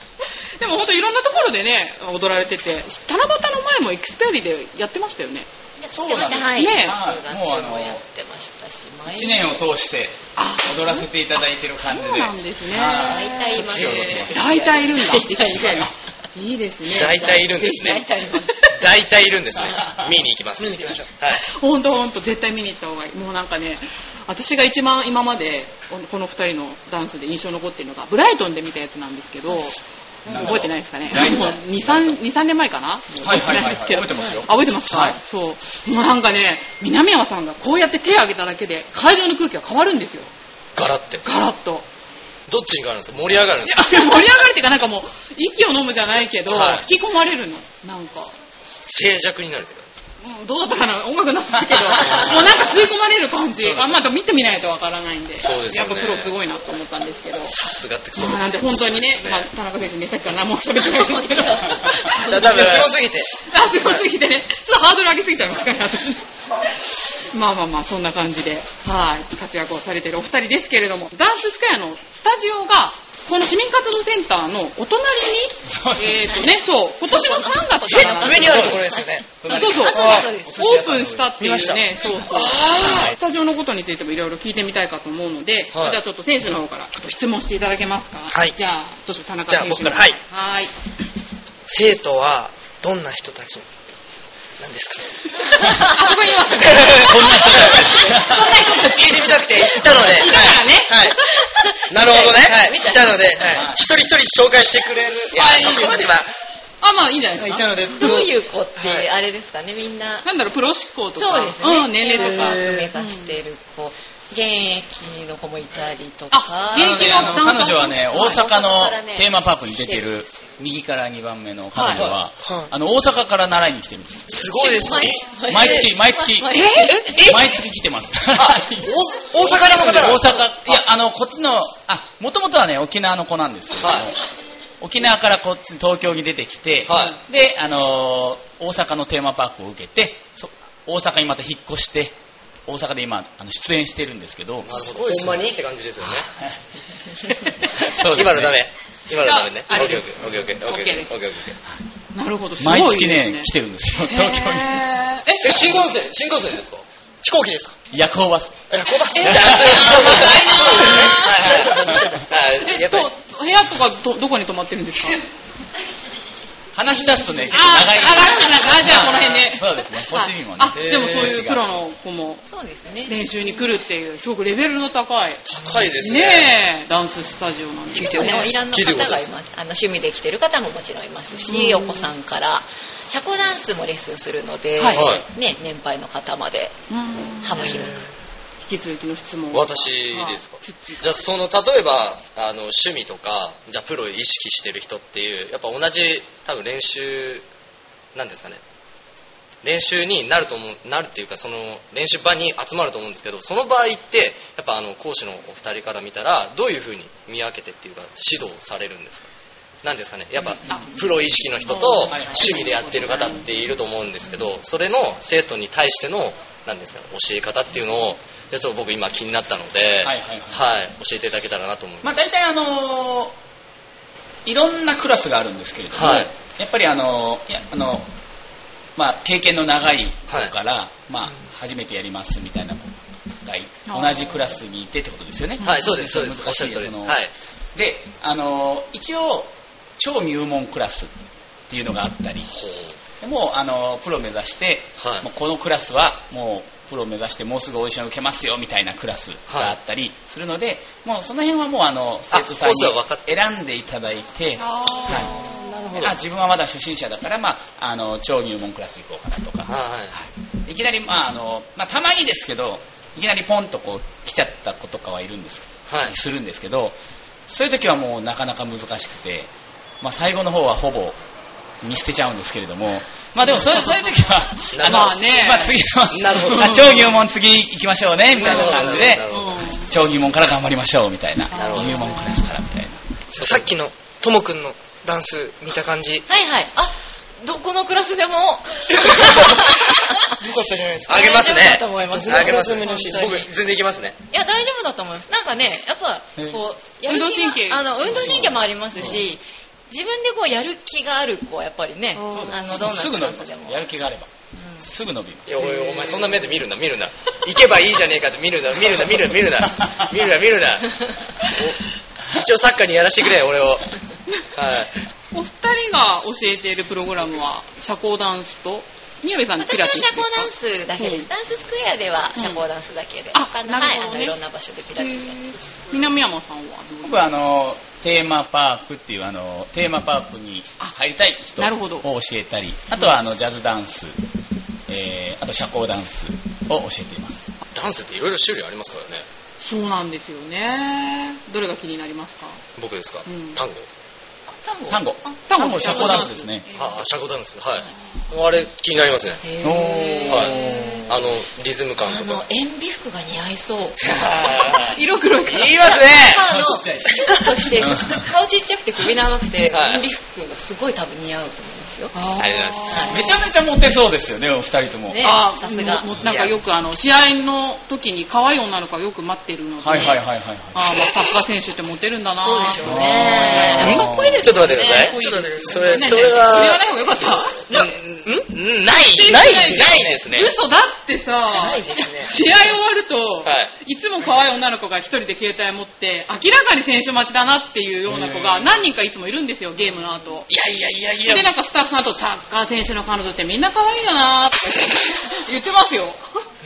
[SPEAKER 2] でも本当いろんなところでね、踊られてて、七夕の前もエクスペアリでやってましたよね。
[SPEAKER 4] そうなんです
[SPEAKER 2] はいねえ
[SPEAKER 7] はいもうあの
[SPEAKER 4] もやってましたし毎
[SPEAKER 7] 1年を通して
[SPEAKER 2] あ
[SPEAKER 7] 踊らせていただいてる感じで
[SPEAKER 2] そうなんですね。
[SPEAKER 4] 大体います
[SPEAKER 2] 大体いるんだ。
[SPEAKER 4] 大体いま
[SPEAKER 2] いいですね。
[SPEAKER 3] 大体いるんですね
[SPEAKER 4] 大体います
[SPEAKER 3] 大体いるんですね見に行きます見に行きましょうはい
[SPEAKER 2] ほんとほんと絶対見に行った方がいいもうなんかね私が一番今までこの二人のダンスで印象残ってるのがブライトンで見たやつなんですけど覚えてないですかね
[SPEAKER 7] ない
[SPEAKER 2] もう23年前かなもう
[SPEAKER 7] はいはいは
[SPEAKER 2] 覚えてない
[SPEAKER 7] い
[SPEAKER 2] ですけど
[SPEAKER 7] 覚えてますよ
[SPEAKER 2] あ覚えてますか、
[SPEAKER 7] はい
[SPEAKER 2] そうもうなんかね南山さんがこうやって手を挙げただけで会場の空気が変わるんですよ
[SPEAKER 3] ガラって
[SPEAKER 2] ガラッと
[SPEAKER 3] どっちに変わるんですか盛り上がるんですか
[SPEAKER 2] いや盛り上がるっていうかなんかもう息を飲むじゃないけど、
[SPEAKER 3] はい
[SPEAKER 2] 引き込まれるのなんか
[SPEAKER 3] 静寂になるって感じ
[SPEAKER 2] うんどうだったかな音楽になってたけど、もうなんか吸い込まれる感じ。あんまだ見てみないとわからないんで。
[SPEAKER 3] そうですよね
[SPEAKER 2] やっぱプロすごいなと思ったんですけど。
[SPEAKER 3] さすがってそう
[SPEAKER 2] まあなんで本当にね、まあ、田中選手ね、さっきから何も喋ってないですけど。
[SPEAKER 3] じゃあ *laughs* 多分
[SPEAKER 8] すごすぎて。
[SPEAKER 2] *laughs* あ、すごすぎてね。ちょっとハードル上げすぎちゃいましたかね、私。まあまあまあ、そんな感じで、はい、活躍をされてるお二人ですけれども、ダンススクエアのスタジオが、この市民活動センターのお隣
[SPEAKER 7] そう
[SPEAKER 2] に、えっ、とね、そう、今年の3月から、
[SPEAKER 8] 上にあるところですよね。
[SPEAKER 2] あそうそう。
[SPEAKER 4] あそうです
[SPEAKER 2] オープンしたっていうね、そうそう。スタジオのことについてもいろいろ聞いてみたいかと思うので、
[SPEAKER 3] はい
[SPEAKER 2] じゃあちょっと選手の方から質問していただけますか。
[SPEAKER 3] はい
[SPEAKER 2] じゃあ、どうしよう、田中
[SPEAKER 3] じゃあ
[SPEAKER 2] 選手の
[SPEAKER 3] 僕からはい
[SPEAKER 2] *laughs* はい。
[SPEAKER 8] 生徒はどんな人たちなんですか
[SPEAKER 2] あそこにいますね。
[SPEAKER 3] こんな人
[SPEAKER 2] こんな人たち。
[SPEAKER 8] 聞いてみたくて、いたので。
[SPEAKER 2] だからね。
[SPEAKER 8] はい。
[SPEAKER 3] なるほどね。
[SPEAKER 8] はい。いたので、はい。一人一人紹介してくれる。いや
[SPEAKER 2] はい
[SPEAKER 8] そこまでは。
[SPEAKER 2] あ、まあいいんじゃないです
[SPEAKER 8] い
[SPEAKER 2] か。
[SPEAKER 8] たので、
[SPEAKER 4] ど
[SPEAKER 8] ど
[SPEAKER 4] う
[SPEAKER 8] う
[SPEAKER 4] いう子って、
[SPEAKER 8] はい
[SPEAKER 4] あれですかねみんな
[SPEAKER 2] なんだろう、プロ志向とか。
[SPEAKER 4] そうですね、
[SPEAKER 2] ん、年齢とか。
[SPEAKER 4] 音楽目指してる子、現役の子もいたりと
[SPEAKER 2] あ
[SPEAKER 4] か
[SPEAKER 2] 現役
[SPEAKER 7] あのねあの彼女はね、
[SPEAKER 4] はい
[SPEAKER 7] 大阪
[SPEAKER 4] 大阪
[SPEAKER 7] の
[SPEAKER 4] からね
[SPEAKER 7] テーマパークに出て
[SPEAKER 4] 来てるん
[SPEAKER 7] る
[SPEAKER 4] で、
[SPEAKER 7] 右から2番目の彼女
[SPEAKER 8] は
[SPEAKER 7] は
[SPEAKER 8] いはい、
[SPEAKER 7] あの、大阪から習いに来てるんです。
[SPEAKER 8] すごいですね。
[SPEAKER 7] 毎月、毎月、
[SPEAKER 4] 毎
[SPEAKER 7] 毎月来てます。
[SPEAKER 8] お大阪の方
[SPEAKER 7] 大
[SPEAKER 8] が
[SPEAKER 7] 阪、いや、あの、こっちの、あ、もともとはね、沖縄の子なんですけども、沖縄からこっち、東京に出てきて、で、あのー大阪のテーマパークを受けて、そ大阪にまた引っ越して、大阪で今、あの出演してるんですけど、
[SPEAKER 3] すごいほんまにって感じですよね。
[SPEAKER 7] そうですね
[SPEAKER 3] 今のダメ。今のダメね。
[SPEAKER 2] あ
[SPEAKER 3] オ
[SPEAKER 2] あ
[SPEAKER 3] ッ
[SPEAKER 2] り
[SPEAKER 3] ケー
[SPEAKER 2] で
[SPEAKER 3] オッケーオッケーオッケーオッケーオッケーオッケーオッケー。
[SPEAKER 2] なるほど、すごい
[SPEAKER 7] 毎
[SPEAKER 2] で
[SPEAKER 7] 月
[SPEAKER 2] すね。
[SPEAKER 7] ね、来てるんですよ、東京に。
[SPEAKER 2] へー
[SPEAKER 3] え、新幹線新幹線ですか
[SPEAKER 8] 飛行機ですか
[SPEAKER 7] 夜行バス。
[SPEAKER 8] 夜
[SPEAKER 2] *laughs*
[SPEAKER 8] 行バス
[SPEAKER 3] え *laughs*
[SPEAKER 8] はい
[SPEAKER 3] はいはい。
[SPEAKER 2] え
[SPEAKER 3] や
[SPEAKER 2] っ
[SPEAKER 3] っぱり。
[SPEAKER 2] と、部屋とかどどこに泊まってるんですか
[SPEAKER 7] 話し出すとね、結構
[SPEAKER 2] あー
[SPEAKER 7] 長い。
[SPEAKER 2] あ長くなるあーじゃあこの辺で
[SPEAKER 7] そうですね、こっちにもね。
[SPEAKER 2] あ、でもそういうプロの子も
[SPEAKER 4] そうですね
[SPEAKER 2] 練習に来るっていう、すごくレベルの高い、
[SPEAKER 3] 高いですね。
[SPEAKER 2] ねえ、ダンススタジオなんです。
[SPEAKER 4] でもね、いろんな
[SPEAKER 3] 聞い
[SPEAKER 4] 方
[SPEAKER 3] てる
[SPEAKER 4] が
[SPEAKER 3] こ
[SPEAKER 4] い
[SPEAKER 3] と
[SPEAKER 4] ま。
[SPEAKER 3] です
[SPEAKER 4] あの趣味で来てる方ももちろんいますし、
[SPEAKER 2] うん
[SPEAKER 4] お子さんから社交ダンスもレッスンするので、
[SPEAKER 2] はい
[SPEAKER 3] は
[SPEAKER 4] ね、年配の方まで幅広く。
[SPEAKER 2] 引き続きの質問。
[SPEAKER 3] 私ですか
[SPEAKER 2] あつっち
[SPEAKER 3] じゃあその例えばあの趣味とかじゃあプロを意識してる人っていうやっぱ同じ多分練習なんですかね練習になると思うなるっていうかその練習場に集まると思うんですけどその場合ってやっぱあの講師のお二人から見たらどういうふうに見分けてっていうか指導されるんですかなんですかねやっぱプロ意識の人と趣味でやってる方っていると思うんですけどそれの生徒に対してのなんですかね教え方っていうのをじゃあちょっと僕今気になったので、
[SPEAKER 7] はいはいはい
[SPEAKER 3] はい、教えていただけたらなと思います。
[SPEAKER 7] まあ、大体あのーいろんなクラスがあるんですけれども、
[SPEAKER 3] はい
[SPEAKER 7] やっぱりあのーいやあのまあ、経験の長い子から、まあ、初めてやりますみたいな子がい
[SPEAKER 2] あー
[SPEAKER 7] 同じクラスにいてってことですよね。
[SPEAKER 3] はい、そうです、そうです。お
[SPEAKER 7] 難
[SPEAKER 3] っし
[SPEAKER 7] し
[SPEAKER 3] ゃ
[SPEAKER 7] い
[SPEAKER 3] る通りです。
[SPEAKER 7] そ
[SPEAKER 3] は
[SPEAKER 7] の
[SPEAKER 3] い。
[SPEAKER 7] で、あのー一応超入門クラスっていうのがあったりでもうあのプロ目指して、
[SPEAKER 3] はい
[SPEAKER 7] もうこのクラスはもうプロ目指してもうすぐオーディション受けますよみたいなクラスがあったりするので、もうその辺はもうあの生徒さんに
[SPEAKER 3] コースは分かっ
[SPEAKER 7] 選んでいただいて、
[SPEAKER 2] あー
[SPEAKER 7] はいあ自分はまだ初心者だから、まあ、あの超入門クラス行こうかなとか、
[SPEAKER 3] はい。
[SPEAKER 7] いきなり、まああのまあ、たまにですけどいきなりポンとこう来ちゃった子とかはいるんですけど
[SPEAKER 3] はい。
[SPEAKER 7] するんですけどそういう時はもうなかなか難しくて、まあ、最後の方はほぼ見捨てちゃうんですけれどもまあでもそういうそういう時はあの
[SPEAKER 2] まあね
[SPEAKER 7] まあ、次の
[SPEAKER 3] なるほど
[SPEAKER 7] あ超入門次行きましょうねみたいな感じで
[SPEAKER 3] なるほど
[SPEAKER 2] うん
[SPEAKER 7] 超入門から頑張りましょうみたいな
[SPEAKER 3] なるほど
[SPEAKER 7] 入門クラスからみたいな
[SPEAKER 8] さっきのともくんのダンス見た感じ。よ
[SPEAKER 4] はいはい。あ、どこのクラスでも。
[SPEAKER 8] かったじゃないですか。
[SPEAKER 3] あげますね
[SPEAKER 4] 大丈夫だと思います。
[SPEAKER 3] あげますね。
[SPEAKER 4] 本当に
[SPEAKER 3] 僕、全然いきますね。
[SPEAKER 4] いや、大丈夫だと思います。なんかね、やっぱ、こう、やる気が
[SPEAKER 2] 運動神経
[SPEAKER 4] あの、運動神経もありますし、自分でこう、やる気がある子はやっぱりね、あの、どんな
[SPEAKER 7] すぐ
[SPEAKER 4] ク
[SPEAKER 7] 伸
[SPEAKER 4] ラ
[SPEAKER 7] びま
[SPEAKER 4] ス
[SPEAKER 7] す
[SPEAKER 4] でも。
[SPEAKER 7] やる気があれば、すぐ伸びます
[SPEAKER 3] いや、おいお前、そんな目で見るな、見るな。行けばいいじゃねえかって見るな、見るな、見るな、見るな。見るな、見るな。お一応サッカーにやらしてくれ、俺を。はい。
[SPEAKER 2] お二人が教えているプログラムは、社交ダンスと、宮部さんのピ
[SPEAKER 4] 私
[SPEAKER 2] ラ
[SPEAKER 4] は
[SPEAKER 2] ティス
[SPEAKER 4] 社
[SPEAKER 2] で
[SPEAKER 4] 交
[SPEAKER 2] すか
[SPEAKER 4] ダンスだけです。
[SPEAKER 2] うん
[SPEAKER 4] ダンススクエアでは社交ダンスだけで、
[SPEAKER 2] あ
[SPEAKER 4] 他の、
[SPEAKER 2] なる
[SPEAKER 4] はい、
[SPEAKER 2] ほ
[SPEAKER 4] あ
[SPEAKER 2] どね
[SPEAKER 4] の、いろんな場所でピラティスやってます。
[SPEAKER 2] 南山さんはどう
[SPEAKER 7] 僕はあのテーマパークっていうあのテーマパークに入りたい人
[SPEAKER 2] なるほど
[SPEAKER 7] を教えたりあとはあのジャズダンス、えーあと社交ダンスを教えています
[SPEAKER 3] ダンスっていろいろ種類ありますからね。
[SPEAKER 2] そうなんですよね。どれが気になりますか
[SPEAKER 3] 僕ですか
[SPEAKER 2] うん
[SPEAKER 3] 単語。
[SPEAKER 4] 単語
[SPEAKER 7] 単語
[SPEAKER 4] あ
[SPEAKER 2] 単語
[SPEAKER 7] 単語社交ダンスですね
[SPEAKER 3] ああ社交ダンスはいあれ気になりますね
[SPEAKER 4] へー
[SPEAKER 3] はいあのリズム感
[SPEAKER 4] あ
[SPEAKER 3] と
[SPEAKER 4] の
[SPEAKER 3] か
[SPEAKER 4] 塩ビ服が似合いそう
[SPEAKER 2] 色黒いから
[SPEAKER 7] *laughs* 言いますね
[SPEAKER 4] あの
[SPEAKER 7] 顔
[SPEAKER 4] ち
[SPEAKER 7] ち
[SPEAKER 4] っ
[SPEAKER 7] っ
[SPEAKER 4] ち
[SPEAKER 7] ち
[SPEAKER 4] ゃ
[SPEAKER 7] ゃ
[SPEAKER 4] い
[SPEAKER 7] い
[SPEAKER 4] し
[SPEAKER 7] し
[SPEAKER 4] シュッとして *laughs* 顔ちっちゃくて首長くて
[SPEAKER 3] はい
[SPEAKER 4] 塩ビ服がすごい多分似合うと思いますよ
[SPEAKER 2] あ
[SPEAKER 3] ありがとうございます
[SPEAKER 7] めちゃめちゃモテそうですよねお二人とも、
[SPEAKER 4] ね
[SPEAKER 2] あー
[SPEAKER 4] さすが
[SPEAKER 2] もうなんかよくあの試合の時に可愛い女の子がよく待ってるので、
[SPEAKER 7] はいはいはいはいはい
[SPEAKER 2] あーまあサッカー選手ってモテるんだな
[SPEAKER 4] そうでしょう
[SPEAKER 7] あ
[SPEAKER 4] ね
[SPEAKER 7] ー
[SPEAKER 4] かっこいいです
[SPEAKER 3] ちょっと待ってくださ
[SPEAKER 2] ね
[SPEAKER 3] い
[SPEAKER 2] ちょっと待って
[SPEAKER 3] そ
[SPEAKER 2] ね
[SPEAKER 3] れ
[SPEAKER 2] えねえ
[SPEAKER 3] それ
[SPEAKER 2] それ言わな
[SPEAKER 3] はい
[SPEAKER 2] 方がよかった
[SPEAKER 3] なうんないないないですね
[SPEAKER 2] 嘘だってさ
[SPEAKER 8] ないですね。
[SPEAKER 2] 試合終わると、
[SPEAKER 3] はい
[SPEAKER 2] い、つも可愛い女の子が一人で携帯持って明らかに選手待ちだなっていうような子が何人かいつもいるんですよゲームの後
[SPEAKER 3] いやいやいやいや
[SPEAKER 2] でなんかスタッフさんとサッカー選手の彼女ってみんな可愛いよなーって言ってますよ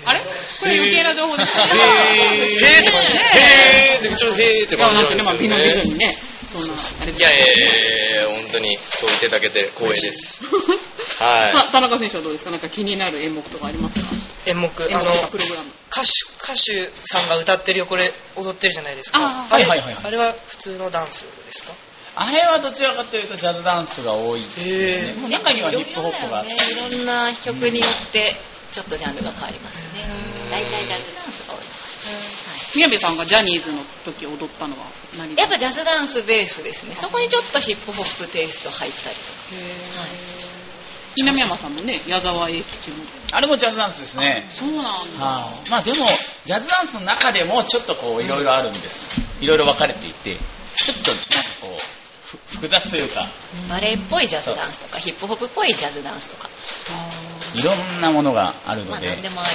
[SPEAKER 2] あれこれ余計な情報です
[SPEAKER 3] へーとかね
[SPEAKER 2] ね
[SPEAKER 3] へーってちょっとへーって
[SPEAKER 2] いや
[SPEAKER 3] 感
[SPEAKER 2] な
[SPEAKER 3] じなんん
[SPEAKER 2] か
[SPEAKER 3] で
[SPEAKER 2] ね
[SPEAKER 3] す
[SPEAKER 2] まあ
[SPEAKER 3] け
[SPEAKER 2] みん
[SPEAKER 3] ど
[SPEAKER 2] な
[SPEAKER 3] ね
[SPEAKER 2] 徐々にねそんなあれです
[SPEAKER 3] いやいやいやいや本当にそう言っていただけて光栄です
[SPEAKER 2] *laughs*
[SPEAKER 3] はい
[SPEAKER 2] さあ田中選手はどうですかなんか気になる演目とかありますか
[SPEAKER 8] 演目、
[SPEAKER 2] 演
[SPEAKER 8] あ
[SPEAKER 2] 目
[SPEAKER 8] の、
[SPEAKER 2] とか
[SPEAKER 8] 歌
[SPEAKER 2] プログラム
[SPEAKER 8] 手、歌手さんが歌ってるよ、これ、踊ってるじゃないですか。
[SPEAKER 2] あ
[SPEAKER 7] ー
[SPEAKER 8] あれ
[SPEAKER 7] はいはいはい
[SPEAKER 8] あれは普通のダンスですか
[SPEAKER 7] あれはどちらかというとジャズダンスが多いです
[SPEAKER 8] へ
[SPEAKER 7] ねもう中にはヒップホップがあって
[SPEAKER 4] いろんな曲によってちょっとジャンルが変わりますよね大体ジャズダンスが多い
[SPEAKER 2] 宮部さんがジャニーズの時踊ったのは何
[SPEAKER 4] やっ
[SPEAKER 2] ぱ
[SPEAKER 4] ぱジャズダンスベースですねそこにちょっとヒップホップテイスト入ったり
[SPEAKER 2] 稲見山さんもね矢沢永吉も
[SPEAKER 7] あれもジャズダンスですね
[SPEAKER 2] そうなんだ
[SPEAKER 7] はいまあでもジャズダンスの中でもちょっとこういろいろあるんですいろいろ分かれていてちょっとなんかこうふ複雑という
[SPEAKER 4] と
[SPEAKER 7] か
[SPEAKER 4] かバレエっぽいジャズダンスとかヒップホップっぽいジャズダンスとか
[SPEAKER 7] いろんなものがある
[SPEAKER 4] ま
[SPEAKER 7] の
[SPEAKER 4] あ
[SPEAKER 7] で、
[SPEAKER 4] 何でもあり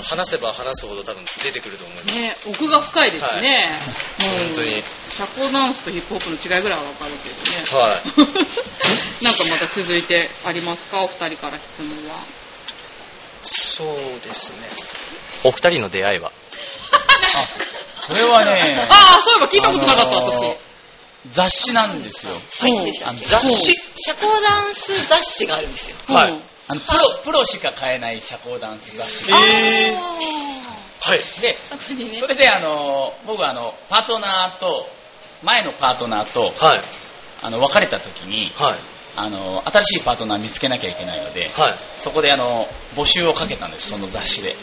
[SPEAKER 3] 話せば話すほど多分出てくると思います
[SPEAKER 2] ね奥が深いですね、もう
[SPEAKER 3] 本当に
[SPEAKER 2] 社交ダンスとヒップホップの違いぐらいは分かるけどね
[SPEAKER 3] は
[SPEAKER 2] *laughs*
[SPEAKER 3] い
[SPEAKER 2] なんかまた続いてありますかお二人から質問は
[SPEAKER 8] そうですね。
[SPEAKER 3] お二人の出会いは
[SPEAKER 7] これは
[SPEAKER 2] *laughs*
[SPEAKER 7] ね
[SPEAKER 2] ああそういえば聞いたことなかった、
[SPEAKER 7] あのー
[SPEAKER 2] 私
[SPEAKER 7] 雑誌なんですよ
[SPEAKER 2] はい
[SPEAKER 7] あの雑誌
[SPEAKER 4] 社交ダンス雑誌があるんですよ
[SPEAKER 3] はい
[SPEAKER 2] うん
[SPEAKER 7] あのプロプロしか買えない社交ダンス雑誌
[SPEAKER 3] えー、はい
[SPEAKER 7] でそれであのー僕はあのパートナーと前のパートナーと
[SPEAKER 3] はい
[SPEAKER 7] あの別れた時に
[SPEAKER 3] はい
[SPEAKER 7] あのー新しいパートナー見つけなきゃいけないので
[SPEAKER 3] はい
[SPEAKER 7] そこであの募集をかけたんですその雑誌で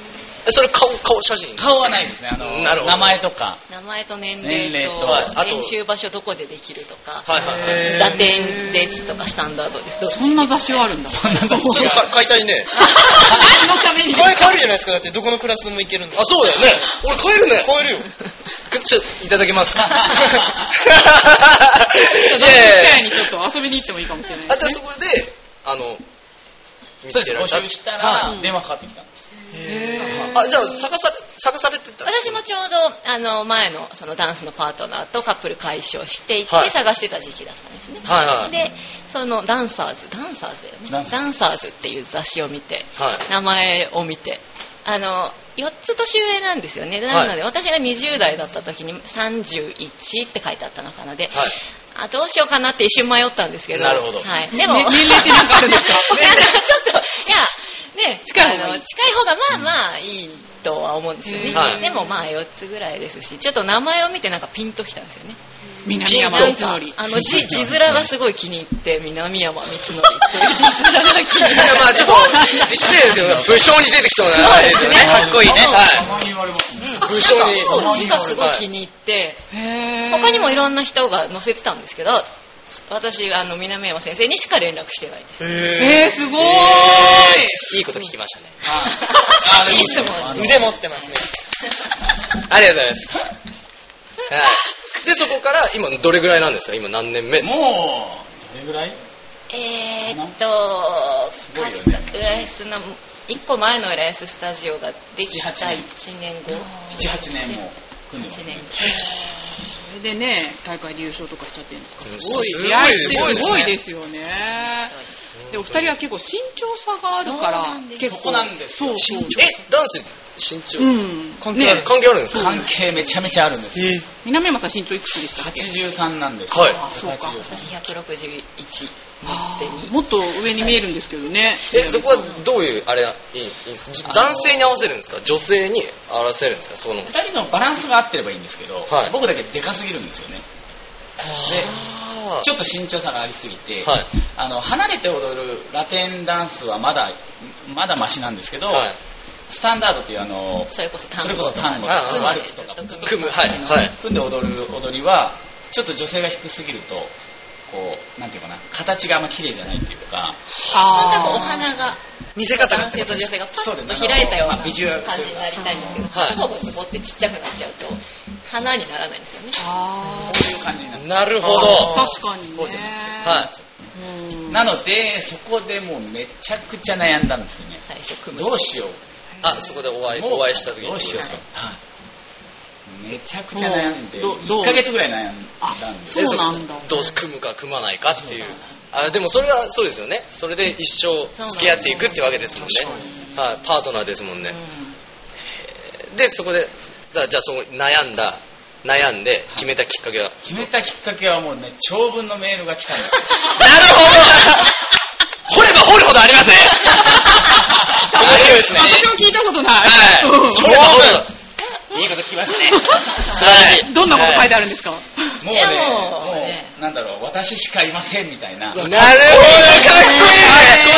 [SPEAKER 3] えそれ顔顔写真
[SPEAKER 7] 顔はないですねあの
[SPEAKER 3] なるほど
[SPEAKER 7] 名前とか
[SPEAKER 4] 名前と年齢と
[SPEAKER 7] 年齢と
[SPEAKER 3] はいあと
[SPEAKER 4] 練習場所どこでできるとか
[SPEAKER 3] はいはいはい
[SPEAKER 4] ラテンですとかスタンダード
[SPEAKER 7] *laughs*
[SPEAKER 4] ですとか
[SPEAKER 2] そんな雑誌はあるんだ
[SPEAKER 7] そんな雑誌
[SPEAKER 3] それ
[SPEAKER 7] が
[SPEAKER 3] か買いたいね
[SPEAKER 2] 何の
[SPEAKER 4] *laughs*
[SPEAKER 2] ために
[SPEAKER 8] 声変わるじゃないですか。だってどこのクラスでもいけるんで。
[SPEAKER 3] あそうだよね俺買えるね買えるよちょいただけますか
[SPEAKER 2] 雑誌みたいに
[SPEAKER 3] いやいや
[SPEAKER 2] ちょっと遊びに行ってもいいかもしれない
[SPEAKER 3] あとはそこであの見
[SPEAKER 7] そう
[SPEAKER 3] つけ
[SPEAKER 7] です
[SPEAKER 3] ら
[SPEAKER 7] 募
[SPEAKER 3] れた
[SPEAKER 7] 集した
[SPEAKER 2] は
[SPEAKER 7] ら
[SPEAKER 2] い
[SPEAKER 7] 電話かかってきたんです
[SPEAKER 3] あじゃあ探され探されてた
[SPEAKER 4] 私もちょうどあの前のそのダンスのパートナーとカップル解消していて、
[SPEAKER 3] はい
[SPEAKER 4] 探してた時期だったんですね、
[SPEAKER 3] はいはい
[SPEAKER 4] でそのダンサーズダンサーズだよね
[SPEAKER 7] ダ
[SPEAKER 4] ダ
[SPEAKER 7] ン
[SPEAKER 4] ン
[SPEAKER 7] サーズ
[SPEAKER 4] サーズっていう雑誌を見て
[SPEAKER 3] はい
[SPEAKER 4] 名前を見てあの4つ年上なんですよねなので、私が20代だった時に31って書いてあったのかなで、あどうしようかなって一瞬迷ったんですけど
[SPEAKER 3] なるほど
[SPEAKER 4] はい、でも、
[SPEAKER 2] ね年齢ってなんかあるんですか
[SPEAKER 4] *laughs* いやちょっといやね
[SPEAKER 2] 近い方が
[SPEAKER 4] あ
[SPEAKER 2] い
[SPEAKER 4] の
[SPEAKER 2] い
[SPEAKER 4] 近い方がまあまあいいとは思うんですよね、
[SPEAKER 2] うん
[SPEAKER 3] はい
[SPEAKER 4] でもまあ4つぐらいですしちょっと名前を見てなんかピンときたんですよね
[SPEAKER 2] 南山
[SPEAKER 4] なん
[SPEAKER 2] 光
[SPEAKER 4] か
[SPEAKER 2] 則
[SPEAKER 4] あの字字面がすごい気に入って南山光則 *laughs* っていう字面が気に入っ
[SPEAKER 3] いやまあちょっと失礼ですけど武将に出てきそうなあれですよね
[SPEAKER 4] そうですね
[SPEAKER 3] かっこいいね
[SPEAKER 4] そう
[SPEAKER 3] はい
[SPEAKER 7] まに言われますね
[SPEAKER 3] 武将に
[SPEAKER 4] てそう字がすごい気に入って
[SPEAKER 2] へー
[SPEAKER 4] 他にもいろんな人が載せてたんですけど私あの南山先生にしか連絡してないです
[SPEAKER 2] えー、すごーい、
[SPEAKER 3] いいこと聞きましたね
[SPEAKER 7] あ
[SPEAKER 4] いい質問
[SPEAKER 7] あの
[SPEAKER 8] 腕持ってますね。
[SPEAKER 3] ありがとうございます
[SPEAKER 4] *laughs*
[SPEAKER 3] はいでそこから今どれぐらいなんですか今何年目
[SPEAKER 7] もうどれぐらい
[SPEAKER 4] えー、っと
[SPEAKER 7] ごいよね
[SPEAKER 4] か浦安の1個前の浦安スタジオができた
[SPEAKER 7] 7
[SPEAKER 4] 1
[SPEAKER 7] 8
[SPEAKER 4] 年後
[SPEAKER 7] 78年もう組んで
[SPEAKER 4] 1
[SPEAKER 7] ます
[SPEAKER 4] 年
[SPEAKER 7] ね
[SPEAKER 2] それでね大会で優勝とかしちゃってるんですか
[SPEAKER 3] うん
[SPEAKER 2] すごい出会いってすごいですよねでお二人は結構身長差があるから
[SPEAKER 4] そうなんです
[SPEAKER 2] 結構
[SPEAKER 7] そこなんです
[SPEAKER 2] そうそう
[SPEAKER 3] えダンス身長
[SPEAKER 2] うん
[SPEAKER 8] 関係あ
[SPEAKER 2] ね
[SPEAKER 8] る
[SPEAKER 3] 関係あるんですか
[SPEAKER 7] 関係めちゃめちゃあるんです
[SPEAKER 2] 南山さん身長いくつでしたっけ
[SPEAKER 7] 83なんです
[SPEAKER 3] はい
[SPEAKER 2] あそうか
[SPEAKER 4] 私161
[SPEAKER 2] あ
[SPEAKER 4] 手に
[SPEAKER 2] ーもっと上に見えるんですけどね
[SPEAKER 3] えそこはどういうあれがいいいいんですかじ男性に合わせるんですか女性に合わせるんですかその
[SPEAKER 7] 2人のバランスが合ってればいいんですけど、
[SPEAKER 3] はい
[SPEAKER 7] 僕だけでかすぎるんですよね
[SPEAKER 6] はあ
[SPEAKER 7] ちょっと身長差がありすぎて、
[SPEAKER 3] はい
[SPEAKER 7] あの離れて踊るラテンダンスはまだまだマシなんですけど、
[SPEAKER 3] はい
[SPEAKER 7] スタンダードっていうあの
[SPEAKER 4] それこそ単
[SPEAKER 7] それこそ単語と
[SPEAKER 3] はい
[SPEAKER 7] か
[SPEAKER 3] はい
[SPEAKER 7] ワルツとか
[SPEAKER 3] 組むはいはい
[SPEAKER 7] 組んで踊る踊りはちょっと女性が低すぎるとこうなんていうかな形があんま綺麗じゃないっていうか
[SPEAKER 4] 多分お
[SPEAKER 2] あ
[SPEAKER 4] 花が
[SPEAKER 8] 見せ方が
[SPEAKER 4] 男性と女性がパッと開いたような
[SPEAKER 7] まあ
[SPEAKER 4] 感
[SPEAKER 7] ビ
[SPEAKER 4] じ
[SPEAKER 7] ジ
[SPEAKER 4] に
[SPEAKER 7] ュア
[SPEAKER 4] な
[SPEAKER 7] ル
[SPEAKER 4] り
[SPEAKER 7] とい
[SPEAKER 4] た
[SPEAKER 7] う
[SPEAKER 4] い
[SPEAKER 7] か
[SPEAKER 4] んですけど
[SPEAKER 3] はい
[SPEAKER 4] 片方つぼってちっちゃくなっちゃうと花にならないんですよね
[SPEAKER 2] ーあ
[SPEAKER 7] こういう感じになる
[SPEAKER 3] なるほど
[SPEAKER 2] ー確かにね
[SPEAKER 7] そうじゃな
[SPEAKER 3] はい
[SPEAKER 2] うん
[SPEAKER 7] なのでそこでもうめちゃくちゃ悩んだんですよね
[SPEAKER 4] 最初組む
[SPEAKER 7] どうしよう
[SPEAKER 3] あそこでお会い
[SPEAKER 7] もう
[SPEAKER 3] お会いした時に
[SPEAKER 7] どうしようか、はい、めちゃくちゃ悩んで
[SPEAKER 2] もうどどう
[SPEAKER 7] 1ヶ月ぐらい悩んだ
[SPEAKER 2] あ
[SPEAKER 7] んです
[SPEAKER 2] そうなんだ
[SPEAKER 3] どう組むか組まないかっていうあでもそれはそうですよねそれで一生付き合っていくってわけですもんね、はい、パートナーですもんね、でそこでじゃあじゃあその悩んだ悩んで決めたきっかけは、
[SPEAKER 7] 決めたきっかけはもうね長文のメールが来たんです
[SPEAKER 3] なるほど
[SPEAKER 2] *laughs*
[SPEAKER 3] 掘れば掘るほどあり *laughs* ますね面白いですね
[SPEAKER 2] 私も聞いたことない。
[SPEAKER 3] は
[SPEAKER 2] うん
[SPEAKER 3] い長文
[SPEAKER 7] いいこと聞きましたね
[SPEAKER 3] 素晴らしい
[SPEAKER 2] どんなこと書いてあるんですか
[SPEAKER 7] も
[SPEAKER 4] い
[SPEAKER 7] うね
[SPEAKER 4] やもう
[SPEAKER 7] も
[SPEAKER 4] ね
[SPEAKER 7] うなんだろう私しかいませんみたいな
[SPEAKER 3] なるほどかっこいいかっこ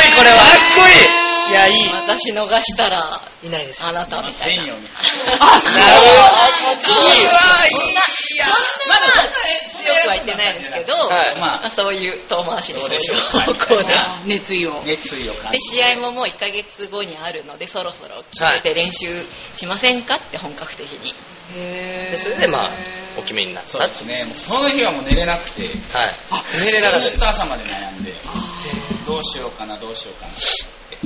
[SPEAKER 3] いいこれはかっこいい
[SPEAKER 8] いやいい
[SPEAKER 4] 私逃したら
[SPEAKER 8] いないですよ
[SPEAKER 4] あなたみたい
[SPEAKER 7] 専
[SPEAKER 4] な
[SPEAKER 7] 用に
[SPEAKER 2] あ、そう
[SPEAKER 3] なるほど
[SPEAKER 4] うわいい
[SPEAKER 7] まだ
[SPEAKER 4] 強くは言ってないですけど、
[SPEAKER 3] はい
[SPEAKER 7] ま
[SPEAKER 4] まあ、そういう遠回しにそういう
[SPEAKER 7] そうでしょ
[SPEAKER 4] 方
[SPEAKER 7] う
[SPEAKER 4] 向で
[SPEAKER 2] あ熱意を。
[SPEAKER 7] 熱意を感
[SPEAKER 4] で
[SPEAKER 7] じ
[SPEAKER 4] 試合ももう1ヶ月後にあるのでそろそろ決めて練習しませんかって本格的に
[SPEAKER 2] へー
[SPEAKER 3] でそれでまあお決めになった
[SPEAKER 7] そうですねもうその日はもう寝れなくて
[SPEAKER 3] はい
[SPEAKER 2] あ
[SPEAKER 3] 寝れなかった
[SPEAKER 7] ずっと朝まで悩んでどうしようかなどうしようかなって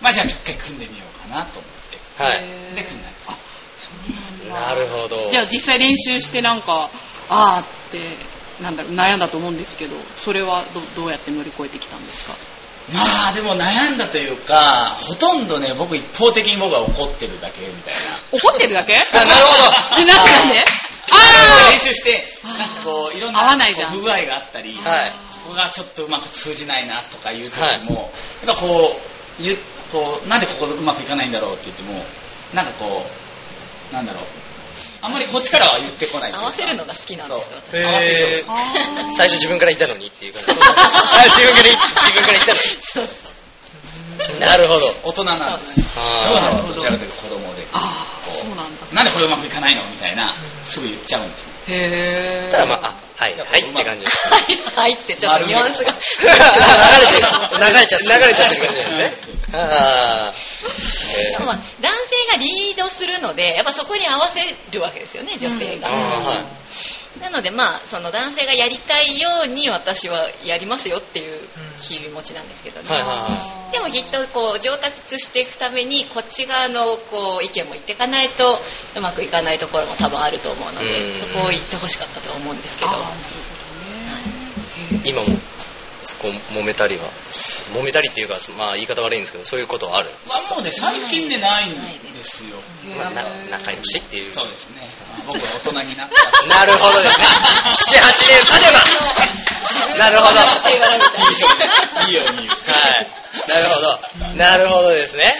[SPEAKER 7] まあじゃあ一回組んでみようかなと思って
[SPEAKER 3] はい
[SPEAKER 7] で組んだんです
[SPEAKER 3] なるほど
[SPEAKER 2] じゃあ実際練習してなんか、あーって、なんだろう、悩んだと思うんですけど、それはどどうやって乗り越えてきたんですか
[SPEAKER 7] まあでも悩んだというかほとんどね僕一方的に僕は怒ってるだけみたいな
[SPEAKER 2] 怒ってるだけ
[SPEAKER 3] あなる
[SPEAKER 7] *laughs*
[SPEAKER 3] ほど
[SPEAKER 2] え、なんでなんで
[SPEAKER 7] あの
[SPEAKER 2] あ
[SPEAKER 7] 練習してなんかこういろん
[SPEAKER 2] 合
[SPEAKER 7] な
[SPEAKER 2] わないじゃん
[SPEAKER 7] こう不具合があったり、
[SPEAKER 3] はい
[SPEAKER 7] ここがちょっとうまく通じないなとかいう時も、やっぱこうゆこうなんでここうまくいかないんだろうって言ってもなんかこうなんだろうあんまりこっちからは言ってこないと
[SPEAKER 4] 合
[SPEAKER 7] いうか
[SPEAKER 4] わせるのが好きなんですよ
[SPEAKER 7] そう
[SPEAKER 4] 私
[SPEAKER 7] 合わせる
[SPEAKER 3] え
[SPEAKER 2] ーあ
[SPEAKER 3] 最初自分から言ったのにっていう
[SPEAKER 7] *laughs*
[SPEAKER 3] 感じあ自分から言自分から言った
[SPEAKER 4] そうそう
[SPEAKER 3] のになるほど
[SPEAKER 7] 大人なんです僕
[SPEAKER 3] あ
[SPEAKER 7] は
[SPEAKER 3] ー
[SPEAKER 7] どちらかというと子供で
[SPEAKER 2] あー、そうなんだ。
[SPEAKER 7] なんでこれうまくいかないのみたいなすぐ言っちゃう
[SPEAKER 3] *laughs*
[SPEAKER 7] んです
[SPEAKER 2] へー。
[SPEAKER 3] たらまああはいはいって感じ流れ
[SPEAKER 4] はいはいってちょっとニュアンスが
[SPEAKER 3] て流れちゃ流れちゃってる感じなんですねあー
[SPEAKER 4] まあ男性がリードするのでやっぱそこに合わせるわけですよね女性
[SPEAKER 3] えー
[SPEAKER 4] が、
[SPEAKER 3] あーはい
[SPEAKER 4] なのでまあその男性がやりたいように私はやりますよっていう気持ちなんですけどね、
[SPEAKER 3] はいは
[SPEAKER 4] でもきっとこう上達していくためにこっち側のこう意見も言っていかないとうまくいかないところも多分あると思うの
[SPEAKER 3] う
[SPEAKER 4] で
[SPEAKER 3] ん
[SPEAKER 4] そこを言ってほしかったとは思うんですけど
[SPEAKER 3] いはい今もそこ揉めたりは揉めたりっていうかまあ言い方悪いんですけどそういうことはある
[SPEAKER 7] *laughs* まあもうね最近ねないんですよ
[SPEAKER 3] まあな仲良しっていう
[SPEAKER 7] そうですね、まあ僕は大人になった
[SPEAKER 3] なるほどですね。七八年経てば。 *laughs* なるほど。
[SPEAKER 7] *laughs* いいよいいよ
[SPEAKER 3] はい。なるほど。なるほどですね。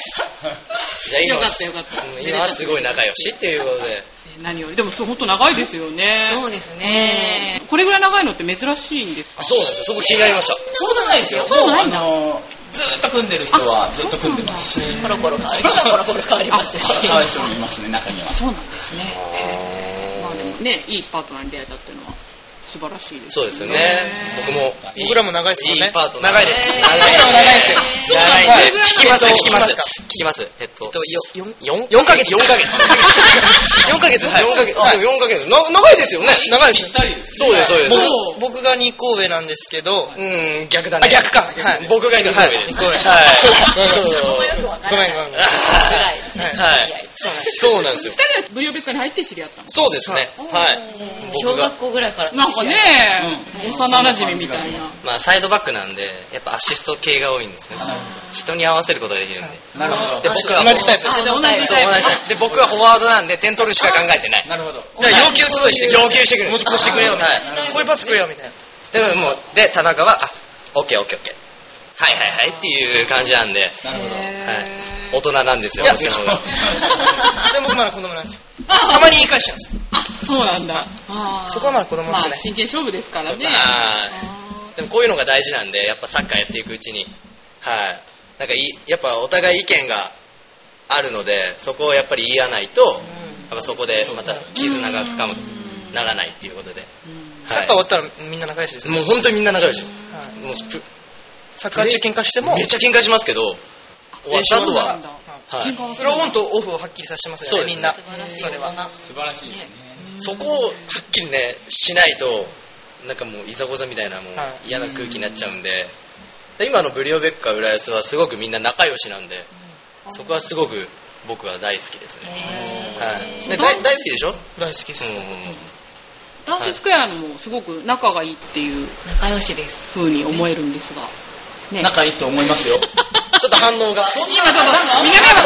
[SPEAKER 3] じゃあ今
[SPEAKER 2] よ
[SPEAKER 3] は
[SPEAKER 2] かったよかった
[SPEAKER 3] うん今はすごい仲良しっていうことで。
[SPEAKER 2] え何より、でもそう本当長いですよね。
[SPEAKER 4] そうですね
[SPEAKER 2] これぐらい長いのって珍しいんですか
[SPEAKER 3] そうなんですよ。そこ気になりました。
[SPEAKER 7] そうじゃないですよ
[SPEAKER 2] そうないんだ
[SPEAKER 7] もうあのずーっと組んでる人はずっと組んでますし
[SPEAKER 4] コロコロ変わる人もコロコロ変わりましたし
[SPEAKER 7] 変わる人もいますね中には
[SPEAKER 2] そうなんですね。まあでもね、いいパートナーに出会えたっていうのは素晴らしいです。
[SPEAKER 3] そうですよね。僕も。
[SPEAKER 8] 僕らも長いですもんね
[SPEAKER 3] いいパートナー
[SPEAKER 8] 長いです
[SPEAKER 3] 長い
[SPEAKER 7] 僕らも長いですよ
[SPEAKER 3] 長いんで。聞きます、
[SPEAKER 8] えっ
[SPEAKER 3] 聞
[SPEAKER 8] と
[SPEAKER 3] きます
[SPEAKER 8] 聞きます。
[SPEAKER 3] 聞きます。えっ
[SPEAKER 8] よ
[SPEAKER 3] と、
[SPEAKER 8] よ
[SPEAKER 3] 4ヶ月。4ヶ *laughs* 月。4ヶ月。4ヶ月。はい。4ヶ月。な長いですよね。長いです。そうです、そうです。
[SPEAKER 8] 僕僕が2個上なんですけど、
[SPEAKER 3] うん、逆だね
[SPEAKER 8] あ。逆かはい
[SPEAKER 3] 僕が2個上です。
[SPEAKER 8] はい二個上
[SPEAKER 3] はい。
[SPEAKER 8] そうだ
[SPEAKER 4] もよくわから
[SPEAKER 8] ご
[SPEAKER 4] な
[SPEAKER 8] め
[SPEAKER 4] い
[SPEAKER 8] んごめんごめん
[SPEAKER 3] はい
[SPEAKER 4] ぐらい
[SPEAKER 3] はいそうなんですよ
[SPEAKER 2] 二。人はブリオベッカに入って知り合ったの
[SPEAKER 3] そうですね。はい。
[SPEAKER 4] 小
[SPEAKER 3] 僕が
[SPEAKER 4] 学、校ぐらいから
[SPEAKER 2] なんかね、幼馴染みみたいな。
[SPEAKER 3] まあサイドバックなんで、やっぱアシスト系が多いんですけど、人に合わせることができるんで。
[SPEAKER 7] なるほ
[SPEAKER 3] で、
[SPEAKER 7] ど
[SPEAKER 3] 僕は
[SPEAKER 8] 同じタイプです
[SPEAKER 2] あ、じゃあ同じ
[SPEAKER 3] そう
[SPEAKER 2] タ
[SPEAKER 3] 同
[SPEAKER 2] イ
[SPEAKER 3] じタイプで、僕はフォワードなんで、点取るしか考えてない。
[SPEAKER 7] なるほど
[SPEAKER 8] だから要求すごいしてくる
[SPEAKER 3] 要求してくる
[SPEAKER 8] もっとこうしてくれよみたい
[SPEAKER 3] は
[SPEAKER 8] なこういうパスくれよみたいな
[SPEAKER 3] だからもう、で、田中は、あ、オッケーオッケーオッケー。はいはいはいっていう感じなんで、
[SPEAKER 7] な
[SPEAKER 2] プ。
[SPEAKER 7] るほど
[SPEAKER 2] へ
[SPEAKER 3] 大人なんですよ
[SPEAKER 8] いや
[SPEAKER 3] 私も
[SPEAKER 8] 違うでも僕まだ子供なんですよたまに言い返しちゃうんですよ
[SPEAKER 2] あ、そうなんだ。あー
[SPEAKER 8] そこはまだ子供ですね
[SPEAKER 2] まあ、真剣勝負ですからね。
[SPEAKER 3] はい
[SPEAKER 2] あ
[SPEAKER 3] でもこういうのが大事なんでやっぱサッカーやっていくうちにはいなんかいやっぱお互い意見があるのでそこをやっぱり言い合わないと、やっぱそこでまた絆が深むならないっていうことで、
[SPEAKER 8] サッカー終わったらみんな仲良しです
[SPEAKER 3] もう本当にみんな仲良しです、
[SPEAKER 8] はい
[SPEAKER 3] もうプ
[SPEAKER 8] サッカー中喧嘩しても
[SPEAKER 3] めっちゃ喧嘩しますけど終わった
[SPEAKER 2] ー
[SPEAKER 3] 後
[SPEAKER 2] そうな
[SPEAKER 3] は
[SPEAKER 2] ん、だ
[SPEAKER 3] は
[SPEAKER 2] 喧嘩
[SPEAKER 3] い、
[SPEAKER 2] はす
[SPEAKER 8] そ
[SPEAKER 2] る
[SPEAKER 8] れ
[SPEAKER 2] ん
[SPEAKER 8] は
[SPEAKER 2] だ
[SPEAKER 8] オンとオフをはっきりさせてますよ
[SPEAKER 3] そうで
[SPEAKER 8] ね
[SPEAKER 3] す
[SPEAKER 8] みんな
[SPEAKER 4] 素晴らしい大人
[SPEAKER 7] 素晴らしいですね
[SPEAKER 3] そこをはっきりねしないとなんかもういざこざみたいなもう
[SPEAKER 8] は
[SPEAKER 3] 嫌な空気になっちゃうんでで今のブリオベッカ浦安はすごくみんな仲良しなんでそこはすごく僕は大好きですね、はい、ね大大好きでしょ、うん
[SPEAKER 8] 大好きです
[SPEAKER 2] ダンススクエアのもすごく仲がいいっていう
[SPEAKER 4] 仲良しです
[SPEAKER 2] 風に思えるんですが。ね、
[SPEAKER 7] 仲いいと思いますよ
[SPEAKER 3] ちょっと反応が
[SPEAKER 2] 今ちょっと、南山さ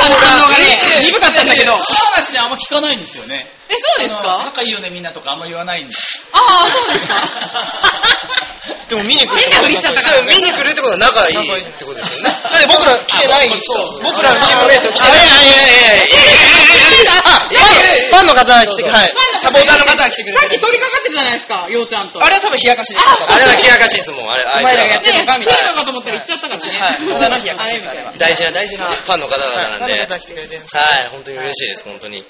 [SPEAKER 2] んの反応がね、鈍かったんだけど。え、
[SPEAKER 7] その話ねあんま聞かないんですよね
[SPEAKER 2] そうです
[SPEAKER 7] あの
[SPEAKER 2] か
[SPEAKER 7] 仲いいよねみんなとかあんま言わないんで
[SPEAKER 2] ああ、そうです *laughs* か
[SPEAKER 8] でも見に来る
[SPEAKER 2] 変なふりしちゃったから。
[SPEAKER 3] 見に来るってことは仲いいってことですよね
[SPEAKER 8] だって僕ら来てないんですよ僕らのチームメイト来てないファンの方が来てくれはいサポーターの方が来てくれ
[SPEAKER 2] さっき
[SPEAKER 8] て
[SPEAKER 2] 取りかかってたじゃないですか、ようちゃんと。
[SPEAKER 8] あれは多分冷やかしです
[SPEAKER 2] あ
[SPEAKER 3] あれは冷やかしですもんあれあ
[SPEAKER 8] お
[SPEAKER 3] いつ
[SPEAKER 8] 前ら
[SPEAKER 3] ら
[SPEAKER 8] がやっ
[SPEAKER 3] が
[SPEAKER 8] てるのかみたい
[SPEAKER 2] な
[SPEAKER 8] な
[SPEAKER 2] のかと思ったら行っちゃったからね。
[SPEAKER 8] はいただの冷やかしですあれは
[SPEAKER 3] 大事な大事なファンの方々なん
[SPEAKER 8] ファン
[SPEAKER 3] で
[SPEAKER 8] の
[SPEAKER 3] は
[SPEAKER 8] 方が来てくれてるんです
[SPEAKER 3] い本当に嬉しいです本当に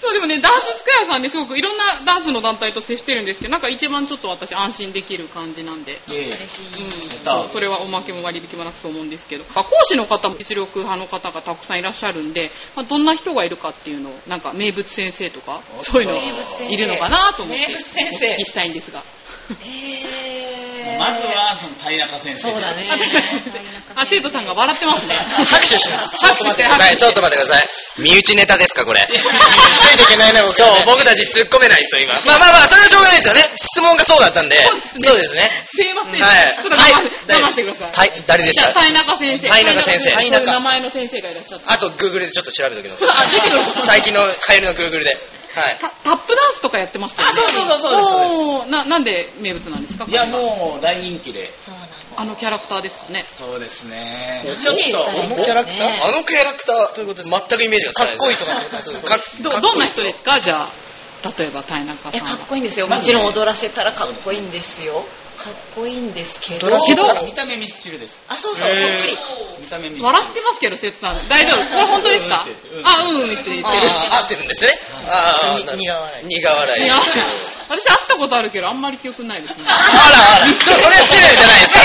[SPEAKER 2] そうでもね、ダンススクエアさんね、すごくいろんなダンスの団体と接してるんですけど、なんか一番ちょっと私安心できる感じなんで、
[SPEAKER 7] *laughs* いえいえ
[SPEAKER 2] そうそれはおまけも割引もなくと思うんですけど、まあ講師の方も実力派の方がたくさんいらっしゃるんで、まあ、どんな人がいるかっていうのを、なんか名物先生とか、そういうのいるのかなと思って、
[SPEAKER 4] 名物先生
[SPEAKER 2] お聞きしたいん
[SPEAKER 8] *laughs*
[SPEAKER 2] ですが。
[SPEAKER 4] えー
[SPEAKER 7] まずはその平中先生
[SPEAKER 4] そうだね
[SPEAKER 2] あ、生徒さんが笑ってますね。
[SPEAKER 8] 拍手します
[SPEAKER 2] 拍手して、
[SPEAKER 3] ごめ
[SPEAKER 2] 拍
[SPEAKER 3] ん
[SPEAKER 2] 手
[SPEAKER 3] *laughs* ちょっと待ってください身内ネタですかこれついていけないね僕そう僕たち突っ込めないですよ今まあまあまあそれはしょうがないですよね質問がそうだったんで
[SPEAKER 2] そ
[SPEAKER 3] そううですね
[SPEAKER 2] すいません。
[SPEAKER 3] はい
[SPEAKER 2] ちょっと我慢
[SPEAKER 3] はい
[SPEAKER 2] 我慢してください。
[SPEAKER 3] はい誰で
[SPEAKER 2] じゃ
[SPEAKER 3] し
[SPEAKER 2] あ、
[SPEAKER 3] た
[SPEAKER 2] 田中先生。
[SPEAKER 3] 田中先生
[SPEAKER 2] 田中という名前の先生がいらっしゃって。
[SPEAKER 3] あとグーグルでちょっと調べときます
[SPEAKER 2] あ、出てくる
[SPEAKER 3] 最近の帰りのグーグルではい
[SPEAKER 2] タタップダンスとかやってましたよね。
[SPEAKER 7] あそうそうそうそうですそうです
[SPEAKER 2] おーな、なんで名物なんですか
[SPEAKER 7] いやもう大人気で
[SPEAKER 4] そうなんだ
[SPEAKER 2] あのキャラクターですかね。
[SPEAKER 7] そうですね
[SPEAKER 4] ちょっと
[SPEAKER 8] あのキャラクター
[SPEAKER 3] あのキャラクター全くイメージがつ
[SPEAKER 8] か
[SPEAKER 3] かな
[SPEAKER 8] っ
[SPEAKER 3] い
[SPEAKER 8] こいいと
[SPEAKER 3] か
[SPEAKER 8] かってことです
[SPEAKER 3] かっ
[SPEAKER 2] ど、どんな人ですかじゃあ、例えば田中さん
[SPEAKER 4] えかっ
[SPEAKER 2] は。
[SPEAKER 4] こいいんですよもちろん踊らせたらかっこいいんですよかっこいいんですけど
[SPEAKER 8] 踊らせ
[SPEAKER 2] たら
[SPEAKER 7] 見た目ミスチルです
[SPEAKER 4] あそうそうそっくり
[SPEAKER 7] 見た目ミスチル
[SPEAKER 2] 笑ってますけど、生徒さん。大丈夫これ本当ですか
[SPEAKER 7] うん
[SPEAKER 2] あ、うん、うんって言ってる。
[SPEAKER 3] あ合ってるんですねああ
[SPEAKER 8] ちょっと苦笑い
[SPEAKER 3] 苦笑い
[SPEAKER 2] いや、私会ったことあるけど、あんまり記憶ないですね。
[SPEAKER 3] あらあらちょっとそれは失礼じゃない *laughs* ですか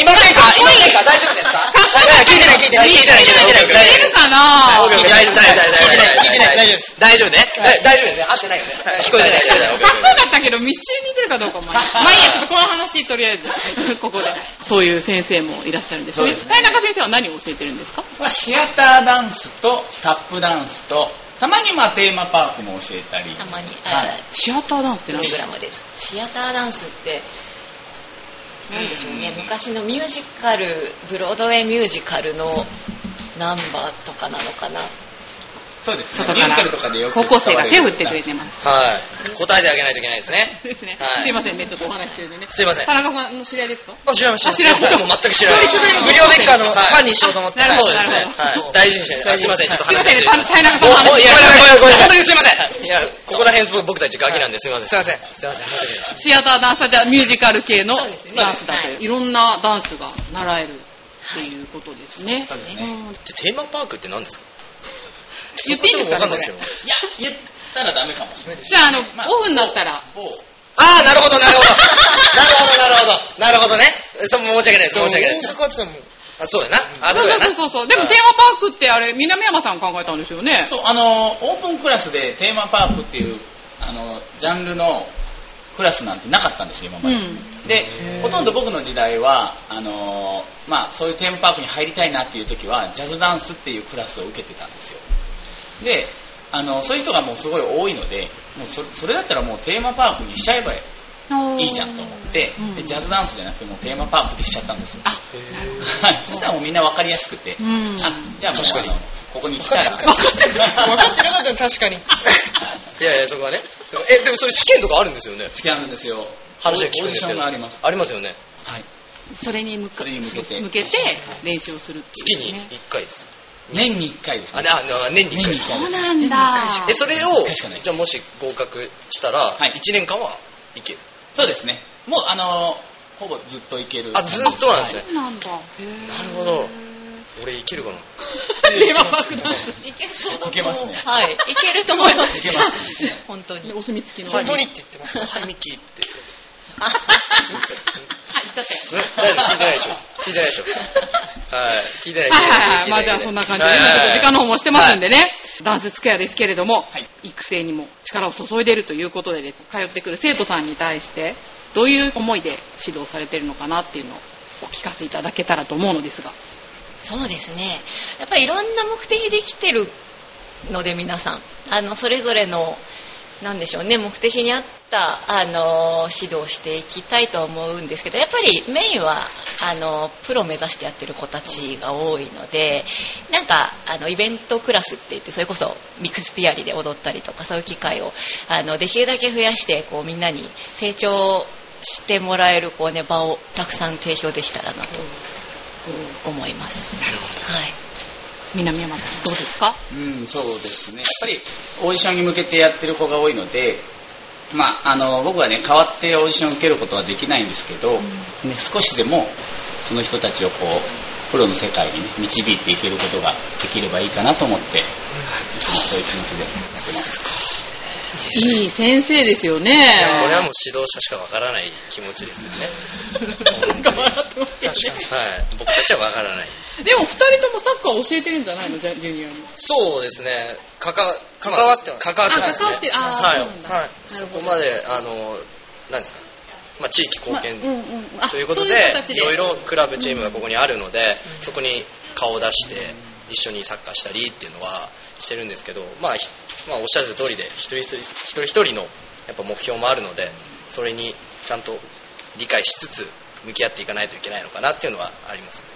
[SPEAKER 3] いませんかいませんか大丈夫ですかあ聞いてない聞いてない聞いてない聞いてない聞いてない
[SPEAKER 2] 出るかな
[SPEAKER 3] 聞いてない聞いてない
[SPEAKER 8] 聞いてない
[SPEAKER 3] 大丈夫です大丈夫ね大丈夫ですね合ってないよね聞こえてない聞こえ
[SPEAKER 2] か
[SPEAKER 3] てな
[SPEAKER 2] っ
[SPEAKER 3] い
[SPEAKER 2] こよかったけど、ミスチルに似てるかどうかも。まあいいや、ちょっとこの話、とりあえず、ここで。そういう先生もいらっしゃるんです
[SPEAKER 7] そう
[SPEAKER 2] ね。
[SPEAKER 7] ですね
[SPEAKER 2] 田中先生は何を教えてるんですか
[SPEAKER 7] まあシアターダンスとタップダンスとたまにまあテーマパークも教えたり
[SPEAKER 4] たまに
[SPEAKER 7] は
[SPEAKER 4] あ
[SPEAKER 7] い
[SPEAKER 4] る
[SPEAKER 2] シアターダンスって
[SPEAKER 4] プロ
[SPEAKER 2] 何
[SPEAKER 4] グラムですシアターダンスってなんでしょうね昔のミュージカルブロードウェイミュージカルのナンバーとかなのかな
[SPEAKER 7] そうです
[SPEAKER 2] 外
[SPEAKER 7] ねミュージカルとかでよ
[SPEAKER 2] ら
[SPEAKER 7] く
[SPEAKER 2] 高校生が手を振ってくれ
[SPEAKER 7] て
[SPEAKER 2] てます。
[SPEAKER 3] はい答えてあげないといけないですね
[SPEAKER 2] ですね。
[SPEAKER 3] はい
[SPEAKER 2] すいませんね、ちょっとお話し中でね。
[SPEAKER 3] すいません
[SPEAKER 2] 田中さんの知り合いですか
[SPEAKER 8] あ知らない知ら
[SPEAKER 2] あ、
[SPEAKER 8] ない
[SPEAKER 2] 知らない。
[SPEAKER 3] 僕も全く知らない
[SPEAKER 2] 一人滑り
[SPEAKER 8] 無料メッカーのファンにしようと思って
[SPEAKER 2] なるほど、なる
[SPEAKER 3] ね
[SPEAKER 2] ほど。
[SPEAKER 3] はい大事にしてねあすいませんちょっと
[SPEAKER 2] すいま
[SPEAKER 3] 話が
[SPEAKER 2] せんね、
[SPEAKER 3] ずれ
[SPEAKER 2] 田田中
[SPEAKER 3] てもうもういやごめんなさいごめんなさ
[SPEAKER 2] さんの話。
[SPEAKER 3] い本当にすいませんいやここら辺僕僕たちガキなんですいません
[SPEAKER 8] すいません
[SPEAKER 3] すいません申し
[SPEAKER 2] シア
[SPEAKER 3] 訳ない
[SPEAKER 2] ターダンサーじゃあミュージカル系の
[SPEAKER 4] そうですね
[SPEAKER 2] ダンスだという
[SPEAKER 4] は
[SPEAKER 2] ろん
[SPEAKER 4] い
[SPEAKER 2] なダンスが習えるっていうことですね。
[SPEAKER 7] そうですね
[SPEAKER 2] うん
[SPEAKER 3] テーマパークって何ですか
[SPEAKER 2] 言っていいんですか
[SPEAKER 3] わか
[SPEAKER 2] ね
[SPEAKER 3] んな
[SPEAKER 2] これ
[SPEAKER 3] いです
[SPEAKER 2] じ
[SPEAKER 3] よ
[SPEAKER 7] いや言ったらダメかもしれない
[SPEAKER 2] ゃあ、あの、オフになったら、
[SPEAKER 7] 某
[SPEAKER 3] ああなるほどなるほどなるほどなるほどなるほどねそう申し訳ないです申し訳ない
[SPEAKER 8] 大
[SPEAKER 3] です
[SPEAKER 8] 阪はちょっともう
[SPEAKER 3] あそうやなあ
[SPEAKER 2] そ
[SPEAKER 3] そうう
[SPEAKER 2] そ
[SPEAKER 3] や
[SPEAKER 2] う
[SPEAKER 3] な
[SPEAKER 2] そうそうそう。でもテーマパークってあれ、南山さん考えたんですよね。
[SPEAKER 7] そうあのオープンクラスでテーマパークっていうあのジャンルのクラスなんてなかったんですよ今ま
[SPEAKER 2] う
[SPEAKER 7] で、
[SPEAKER 2] ん。
[SPEAKER 7] でほとんど僕の時代はあのーまあ、そういうテーマパークに入りたいなっていう時はジャズダンスっていうクラスを受けてたんですよであのそういう人がもうすごい多いのでもうそそれだったらもうテーマパークにしちゃえばいいじゃんと思って、
[SPEAKER 2] うん
[SPEAKER 7] でジャズダンスじゃなくてもうテーマパークでしちゃったんですよ
[SPEAKER 2] あ、
[SPEAKER 7] はいそしたらもうみんな分かりやすくて、
[SPEAKER 2] うん。
[SPEAKER 7] あじゃあもう
[SPEAKER 3] 確かに
[SPEAKER 7] あのここに来たら
[SPEAKER 2] 分かってる
[SPEAKER 8] 分かってなかったの確かに
[SPEAKER 3] いやいやそこはねそうえでもそれ試験とかあるんですよね
[SPEAKER 7] 付き合うんですよ
[SPEAKER 3] 話は聞
[SPEAKER 7] オ
[SPEAKER 3] くん
[SPEAKER 7] ーディ
[SPEAKER 3] です
[SPEAKER 7] シ
[SPEAKER 3] け
[SPEAKER 7] ョン
[SPEAKER 3] ど
[SPEAKER 7] があります
[SPEAKER 3] ありますよね
[SPEAKER 7] はい
[SPEAKER 2] それに向か
[SPEAKER 7] それに向けて
[SPEAKER 2] 向けて練習をするって
[SPEAKER 3] 月
[SPEAKER 2] いう
[SPEAKER 3] に
[SPEAKER 2] ね
[SPEAKER 3] 1回です
[SPEAKER 7] 年に1回です
[SPEAKER 3] あ
[SPEAKER 7] ね
[SPEAKER 3] れああ年に
[SPEAKER 7] 年
[SPEAKER 3] 1
[SPEAKER 7] に
[SPEAKER 3] 回
[SPEAKER 7] 1回
[SPEAKER 2] そ
[SPEAKER 7] で
[SPEAKER 2] うなん
[SPEAKER 7] す
[SPEAKER 2] だ
[SPEAKER 3] えそれを
[SPEAKER 7] 一回しかない
[SPEAKER 3] じゃあもし合格したら、
[SPEAKER 7] はい
[SPEAKER 3] 1年間はいける
[SPEAKER 7] そうですねもうあのーほぼずっといける
[SPEAKER 3] あずっとなんですね
[SPEAKER 7] は
[SPEAKER 2] そうなんだへ
[SPEAKER 3] なる
[SPEAKER 2] ー
[SPEAKER 3] ほど俺いけるかな
[SPEAKER 2] *laughs* テーマパークダンス
[SPEAKER 4] いけそうだと思う
[SPEAKER 7] いけますね
[SPEAKER 4] はい、いけると思います。
[SPEAKER 7] いけます
[SPEAKER 4] ね。 *laughs* 本当に。
[SPEAKER 2] お墨付きの
[SPEAKER 8] 本当にって言ってますか
[SPEAKER 3] はいミッキーって
[SPEAKER 4] あ、言っちゃった
[SPEAKER 3] うん大丈夫聞いてないでしょ聞いてないでしょはい聞いてない
[SPEAKER 2] はいはいはい。まあじゃあそんな感じで、今ちょっと時間の方もしてますんでね、ダンススクエアですけれども、
[SPEAKER 7] い
[SPEAKER 2] 育成にも力を注いでいるということでです、通ってくる生徒さんに対して、どういう思いで指導されてるのかなっていうのをお聞かせいただけたらと思うのですが。
[SPEAKER 4] そうですね。やっぱりいろんな目的で来てるので皆さん、あのそれぞれのなんでしょうね目的に合ったあの指導をしていきたいとは思うんですけど、やっぱりメインはあのプロを目指してやってる子たちが多いので、なんかあのイベントクラスって言ってそれこそミックスピアリで踊ったりとかそういう機会をあのできるだけ増やしてこうみんなに成長してもらえるこうね場をたくさん提供できたらなと思います。はい。
[SPEAKER 2] 南山さん、どうですか
[SPEAKER 7] うん、そうですね。やっぱりオーディションに向けてやってる子が多いので、まあ、あの僕はね代わってオーディションを受けることはできないんですけど、ね、少しでもその人たちをこうプロの世界に、ね、導いていけることができればいいかなと思って、そういう気持ちでやってます。
[SPEAKER 2] いい先生ですよね。
[SPEAKER 3] これはもう指導者しかわからない気持ちですよね
[SPEAKER 2] なんか笑ってますよね。
[SPEAKER 3] はい僕たちはわからない
[SPEAKER 2] でも二人ともサッカー教えてるんじゃないのジャジュニアに。
[SPEAKER 3] そうですねかか関
[SPEAKER 8] わってます
[SPEAKER 3] 関わってます
[SPEAKER 2] あ
[SPEAKER 3] ね
[SPEAKER 2] 関わってあー
[SPEAKER 3] は
[SPEAKER 2] そ
[SPEAKER 3] い
[SPEAKER 2] うなんだ
[SPEAKER 3] はいそこまであのなんですかまあ地域貢献
[SPEAKER 2] まあうんうんあ
[SPEAKER 3] ということで
[SPEAKER 2] そういう形
[SPEAKER 3] いろいろクラブチームがここにあるのでそこに顔を出して一緒にサッカーしたりっていうのはしてるんですけど、まあ、ひまあおっしゃる通りで一人一人一人一人のやっぱ目標もあるのでそれにちゃんと理解しつつ向き合っていかないといけないのかなっていうのはあります、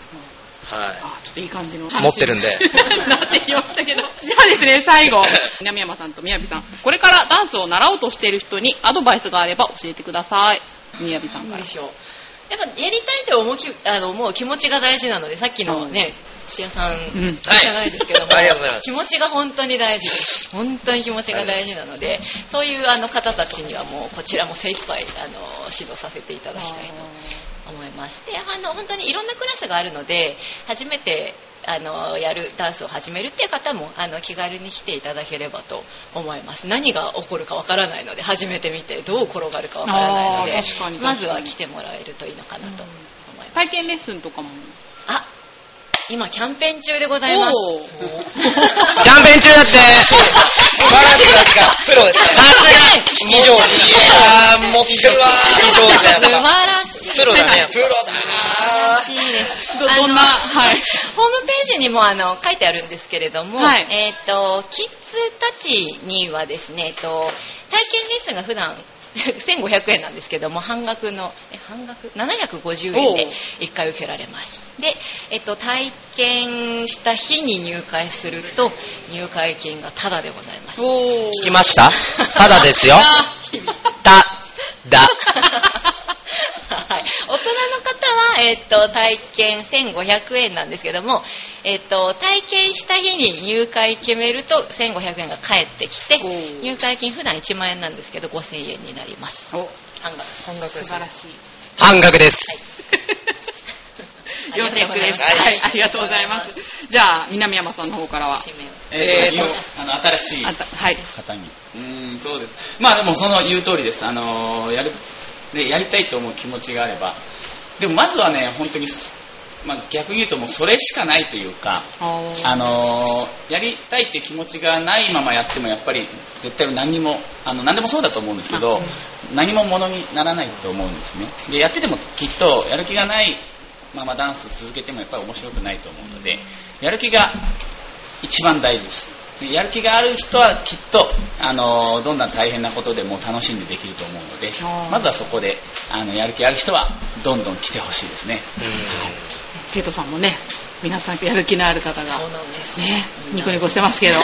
[SPEAKER 3] は
[SPEAKER 2] あちょっといい感じの
[SPEAKER 3] 持ってるんで
[SPEAKER 2] *laughs* なってきましたけどじゃあですね最
[SPEAKER 3] *laughs*
[SPEAKER 2] 後南山さんと宮城さんこれからダンスを習おうとしている人にアドバイスがあれば教えてください宮城さんか
[SPEAKER 4] なん
[SPEAKER 2] ら
[SPEAKER 4] でしょうやっぱやりたいと思うきあの思う気持ちが大事なのでさっきのね土屋さん
[SPEAKER 2] ん
[SPEAKER 4] じゃないですけども、
[SPEAKER 3] はいありがとうございます
[SPEAKER 4] 気持ちが本当に大事です本当に気持ちが大事なのでそういうあの方たちにはもうこちらも精一杯あの指導させていただきたいと思いますであの本当にいろんなクラスがあるので初めてあのやるダンスを始めるっていう方もあの気軽に来ていただければと思います何が起こるかわからないので始めてみてどう転がるかわからないの
[SPEAKER 2] あ
[SPEAKER 4] で
[SPEAKER 2] ー確かに確かに
[SPEAKER 4] まずは来てもらえるといいのかなと思います、
[SPEAKER 2] 体験レッスンとかも
[SPEAKER 4] あ今キャンペーン中でございます
[SPEAKER 2] おー
[SPEAKER 8] キャンペーン中だって
[SPEAKER 3] 素晴らしいで
[SPEAKER 4] *laughs*
[SPEAKER 3] すかプロです
[SPEAKER 8] さすが引き上手
[SPEAKER 3] いやー持ってるわ
[SPEAKER 8] 上手だや
[SPEAKER 4] 素
[SPEAKER 8] っ
[SPEAKER 4] 晴
[SPEAKER 8] ぱ
[SPEAKER 4] らしい
[SPEAKER 8] プロだねやっ
[SPEAKER 3] プロだ
[SPEAKER 4] 素晴らしいです
[SPEAKER 2] ど
[SPEAKER 4] あの
[SPEAKER 2] どんなはい
[SPEAKER 4] ホームページにもあの書いてあるんですけれども、
[SPEAKER 2] はい
[SPEAKER 4] えっ、とキッズたちにはですね、えっと体験レッスンが普段 *laughs* 1500円なんですけども半額のえ半額750円
[SPEAKER 2] お
[SPEAKER 4] で
[SPEAKER 2] う
[SPEAKER 4] 1回受けられますで、えっと体験した日に入会すると入会金がタダでございます
[SPEAKER 2] おー
[SPEAKER 8] 聞きましたただです
[SPEAKER 4] *laughs*
[SPEAKER 8] よ
[SPEAKER 4] あー
[SPEAKER 8] ただ
[SPEAKER 4] はい、大人の方は、えっと体験1500円なんですけども、えっと体験した日に入会決めると1500円が返ってきて
[SPEAKER 2] おー
[SPEAKER 4] 入会金普段1万円なんですけど5000円になります
[SPEAKER 2] お
[SPEAKER 4] 半額
[SPEAKER 8] 半額
[SPEAKER 2] 素
[SPEAKER 8] です
[SPEAKER 2] 晴らしい
[SPEAKER 8] 半額です
[SPEAKER 2] 要チェックです
[SPEAKER 4] あ
[SPEAKER 2] はい *laughs*
[SPEAKER 4] りが
[SPEAKER 2] あ
[SPEAKER 4] と
[SPEAKER 2] り
[SPEAKER 4] うございま
[SPEAKER 2] が
[SPEAKER 4] す
[SPEAKER 2] とうございますじゃあ南山さんの方からは
[SPEAKER 4] 締めを
[SPEAKER 7] え
[SPEAKER 2] えー
[SPEAKER 7] ー
[SPEAKER 2] と
[SPEAKER 7] とあの新しい
[SPEAKER 2] あんたはい
[SPEAKER 7] 方にうんそうですまあでもその言う通りですあのーやるでやりたいと思う気持ちがあればでもまずはね本当にす、まあ、逆に言うともうそれしかないというか
[SPEAKER 2] あー
[SPEAKER 7] あのーやりたいって気持ちがないままやってもやっぱり絶対何にもあの何でもそうだと思うんですけど何もものにならないと思うんですねでやっててもきっとやる気がないままダンス続けてもやっぱり面白くないと思うのでやる気が一番大事ですでやる気がある人はきっと、あのーどんな大変なことでも楽しんでできると思うので
[SPEAKER 2] ー
[SPEAKER 7] まずはそこであのやる気ある人はどんどん来てほしいですね
[SPEAKER 2] 生徒さんもね皆さんやる気のある方が
[SPEAKER 4] そうなんです
[SPEAKER 2] ねニコニコしてますけど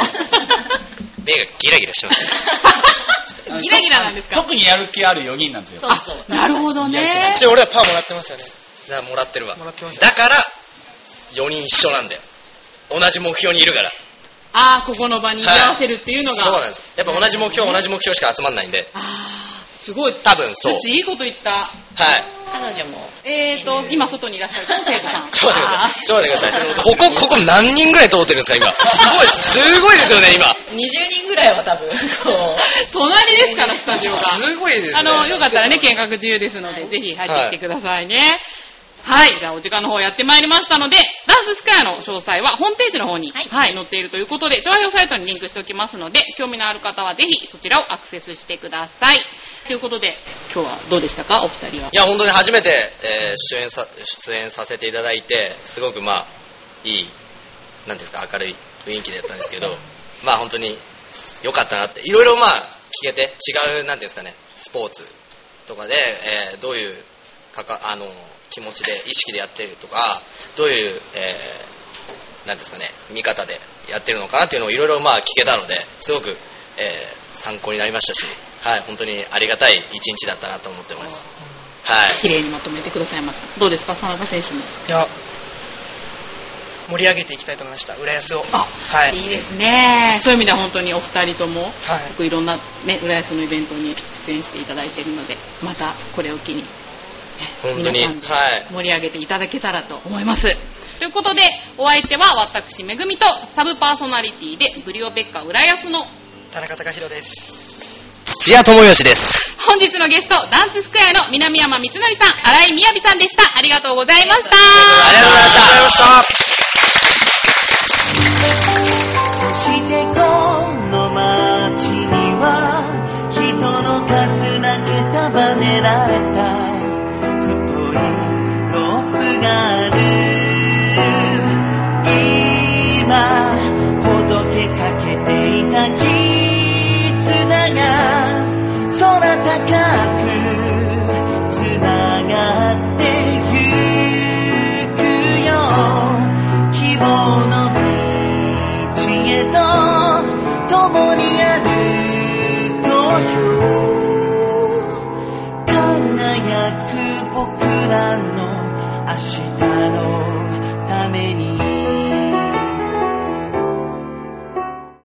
[SPEAKER 3] 目がギラギラしてます
[SPEAKER 2] ギラギラなんですか
[SPEAKER 7] 特にやる気ある4人なんですよ
[SPEAKER 4] そうそう
[SPEAKER 2] なるほどね
[SPEAKER 8] 一応俺はパーもらってますよね
[SPEAKER 3] だからもらってるわ
[SPEAKER 8] もらってました
[SPEAKER 3] だから4人一緒なんだよ同じ目標にいるから
[SPEAKER 2] ああここの場に居合わせるっていうのが、
[SPEAKER 3] そうなんですやっぱ同じ目標同じ目標しか集まんないんで
[SPEAKER 2] ああすごい
[SPEAKER 3] 多分そう
[SPEAKER 2] 土いいこと言った
[SPEAKER 3] はい
[SPEAKER 4] 彼女も
[SPEAKER 2] えーと今外にいらっしゃる生徒さん
[SPEAKER 3] ちょっと待ってくださいちょっと待ってくださいここここ何人ぐらい通ってるんですか今すごいすごいですよね今
[SPEAKER 4] 20人ぐらいは多分こ
[SPEAKER 2] *laughs*
[SPEAKER 4] う
[SPEAKER 2] 隣ですからスタジオが
[SPEAKER 3] すごいです
[SPEAKER 2] あ
[SPEAKER 3] ね。
[SPEAKER 2] の、よかったらね、見学自由ですので、ぜひ入ってきてくださいね。はい、じゃあお時間の方やってまいりましたので、ダンススクエアの詳細はホームページの方に、はい、載っているということで、調和表サイトにリンクしておきますので、興味のある方はぜひそちらをアクセスしてください。ということで、今日はどうでしたか、お二人はい
[SPEAKER 3] や本当に初めて、えー出演さ出演させていただいてすごくまあいいなんていうんですか明るい雰囲気だったんですけどまあ本当に良かったなっていろいろまあ聞けて違うなんていうんですかねスポーツとかで、えーどういうかかあの気持ちで意識でやってるとかどういう、えーなんていうんですかね見方でやってるのかなっていうのをいろいろまあ聞けたのですごく、えー参考になりましたし、はい、本当にありがたい一日だったなと思ってます。はい
[SPEAKER 2] 綺麗にまとめてくださいました。どうですか、田中選手も。
[SPEAKER 8] いや盛り上げていきたいと思いました浦安を
[SPEAKER 2] あ
[SPEAKER 8] はい
[SPEAKER 2] いいですね。そういう意味では本当にお二人とも、
[SPEAKER 8] はい
[SPEAKER 2] すごくいろんなね、浦安のイベントに出演していただいているので、またこれを機に、ね
[SPEAKER 3] 本当に
[SPEAKER 2] 皆さんで
[SPEAKER 3] はい
[SPEAKER 2] 盛り上げていただけたらと思います。ということで、お相手は私、めぐみと、サブパーソナリティで、ブリオペッカ浦安の
[SPEAKER 8] 田中貴弘です
[SPEAKER 3] 土屋智義です。
[SPEAKER 2] 本日のゲスト、ダンススクエアの南山光則さん、荒井みやびさんでした。ありがとうございました。
[SPEAKER 3] ありがとうございました。
[SPEAKER 5] そしてこの街には人の数だけ束ねられた太いロープがある今ほどけかけていた絆が空高くつながってゆくよ希望の道知恵と共に歩こうよ輝く僕らの明日のために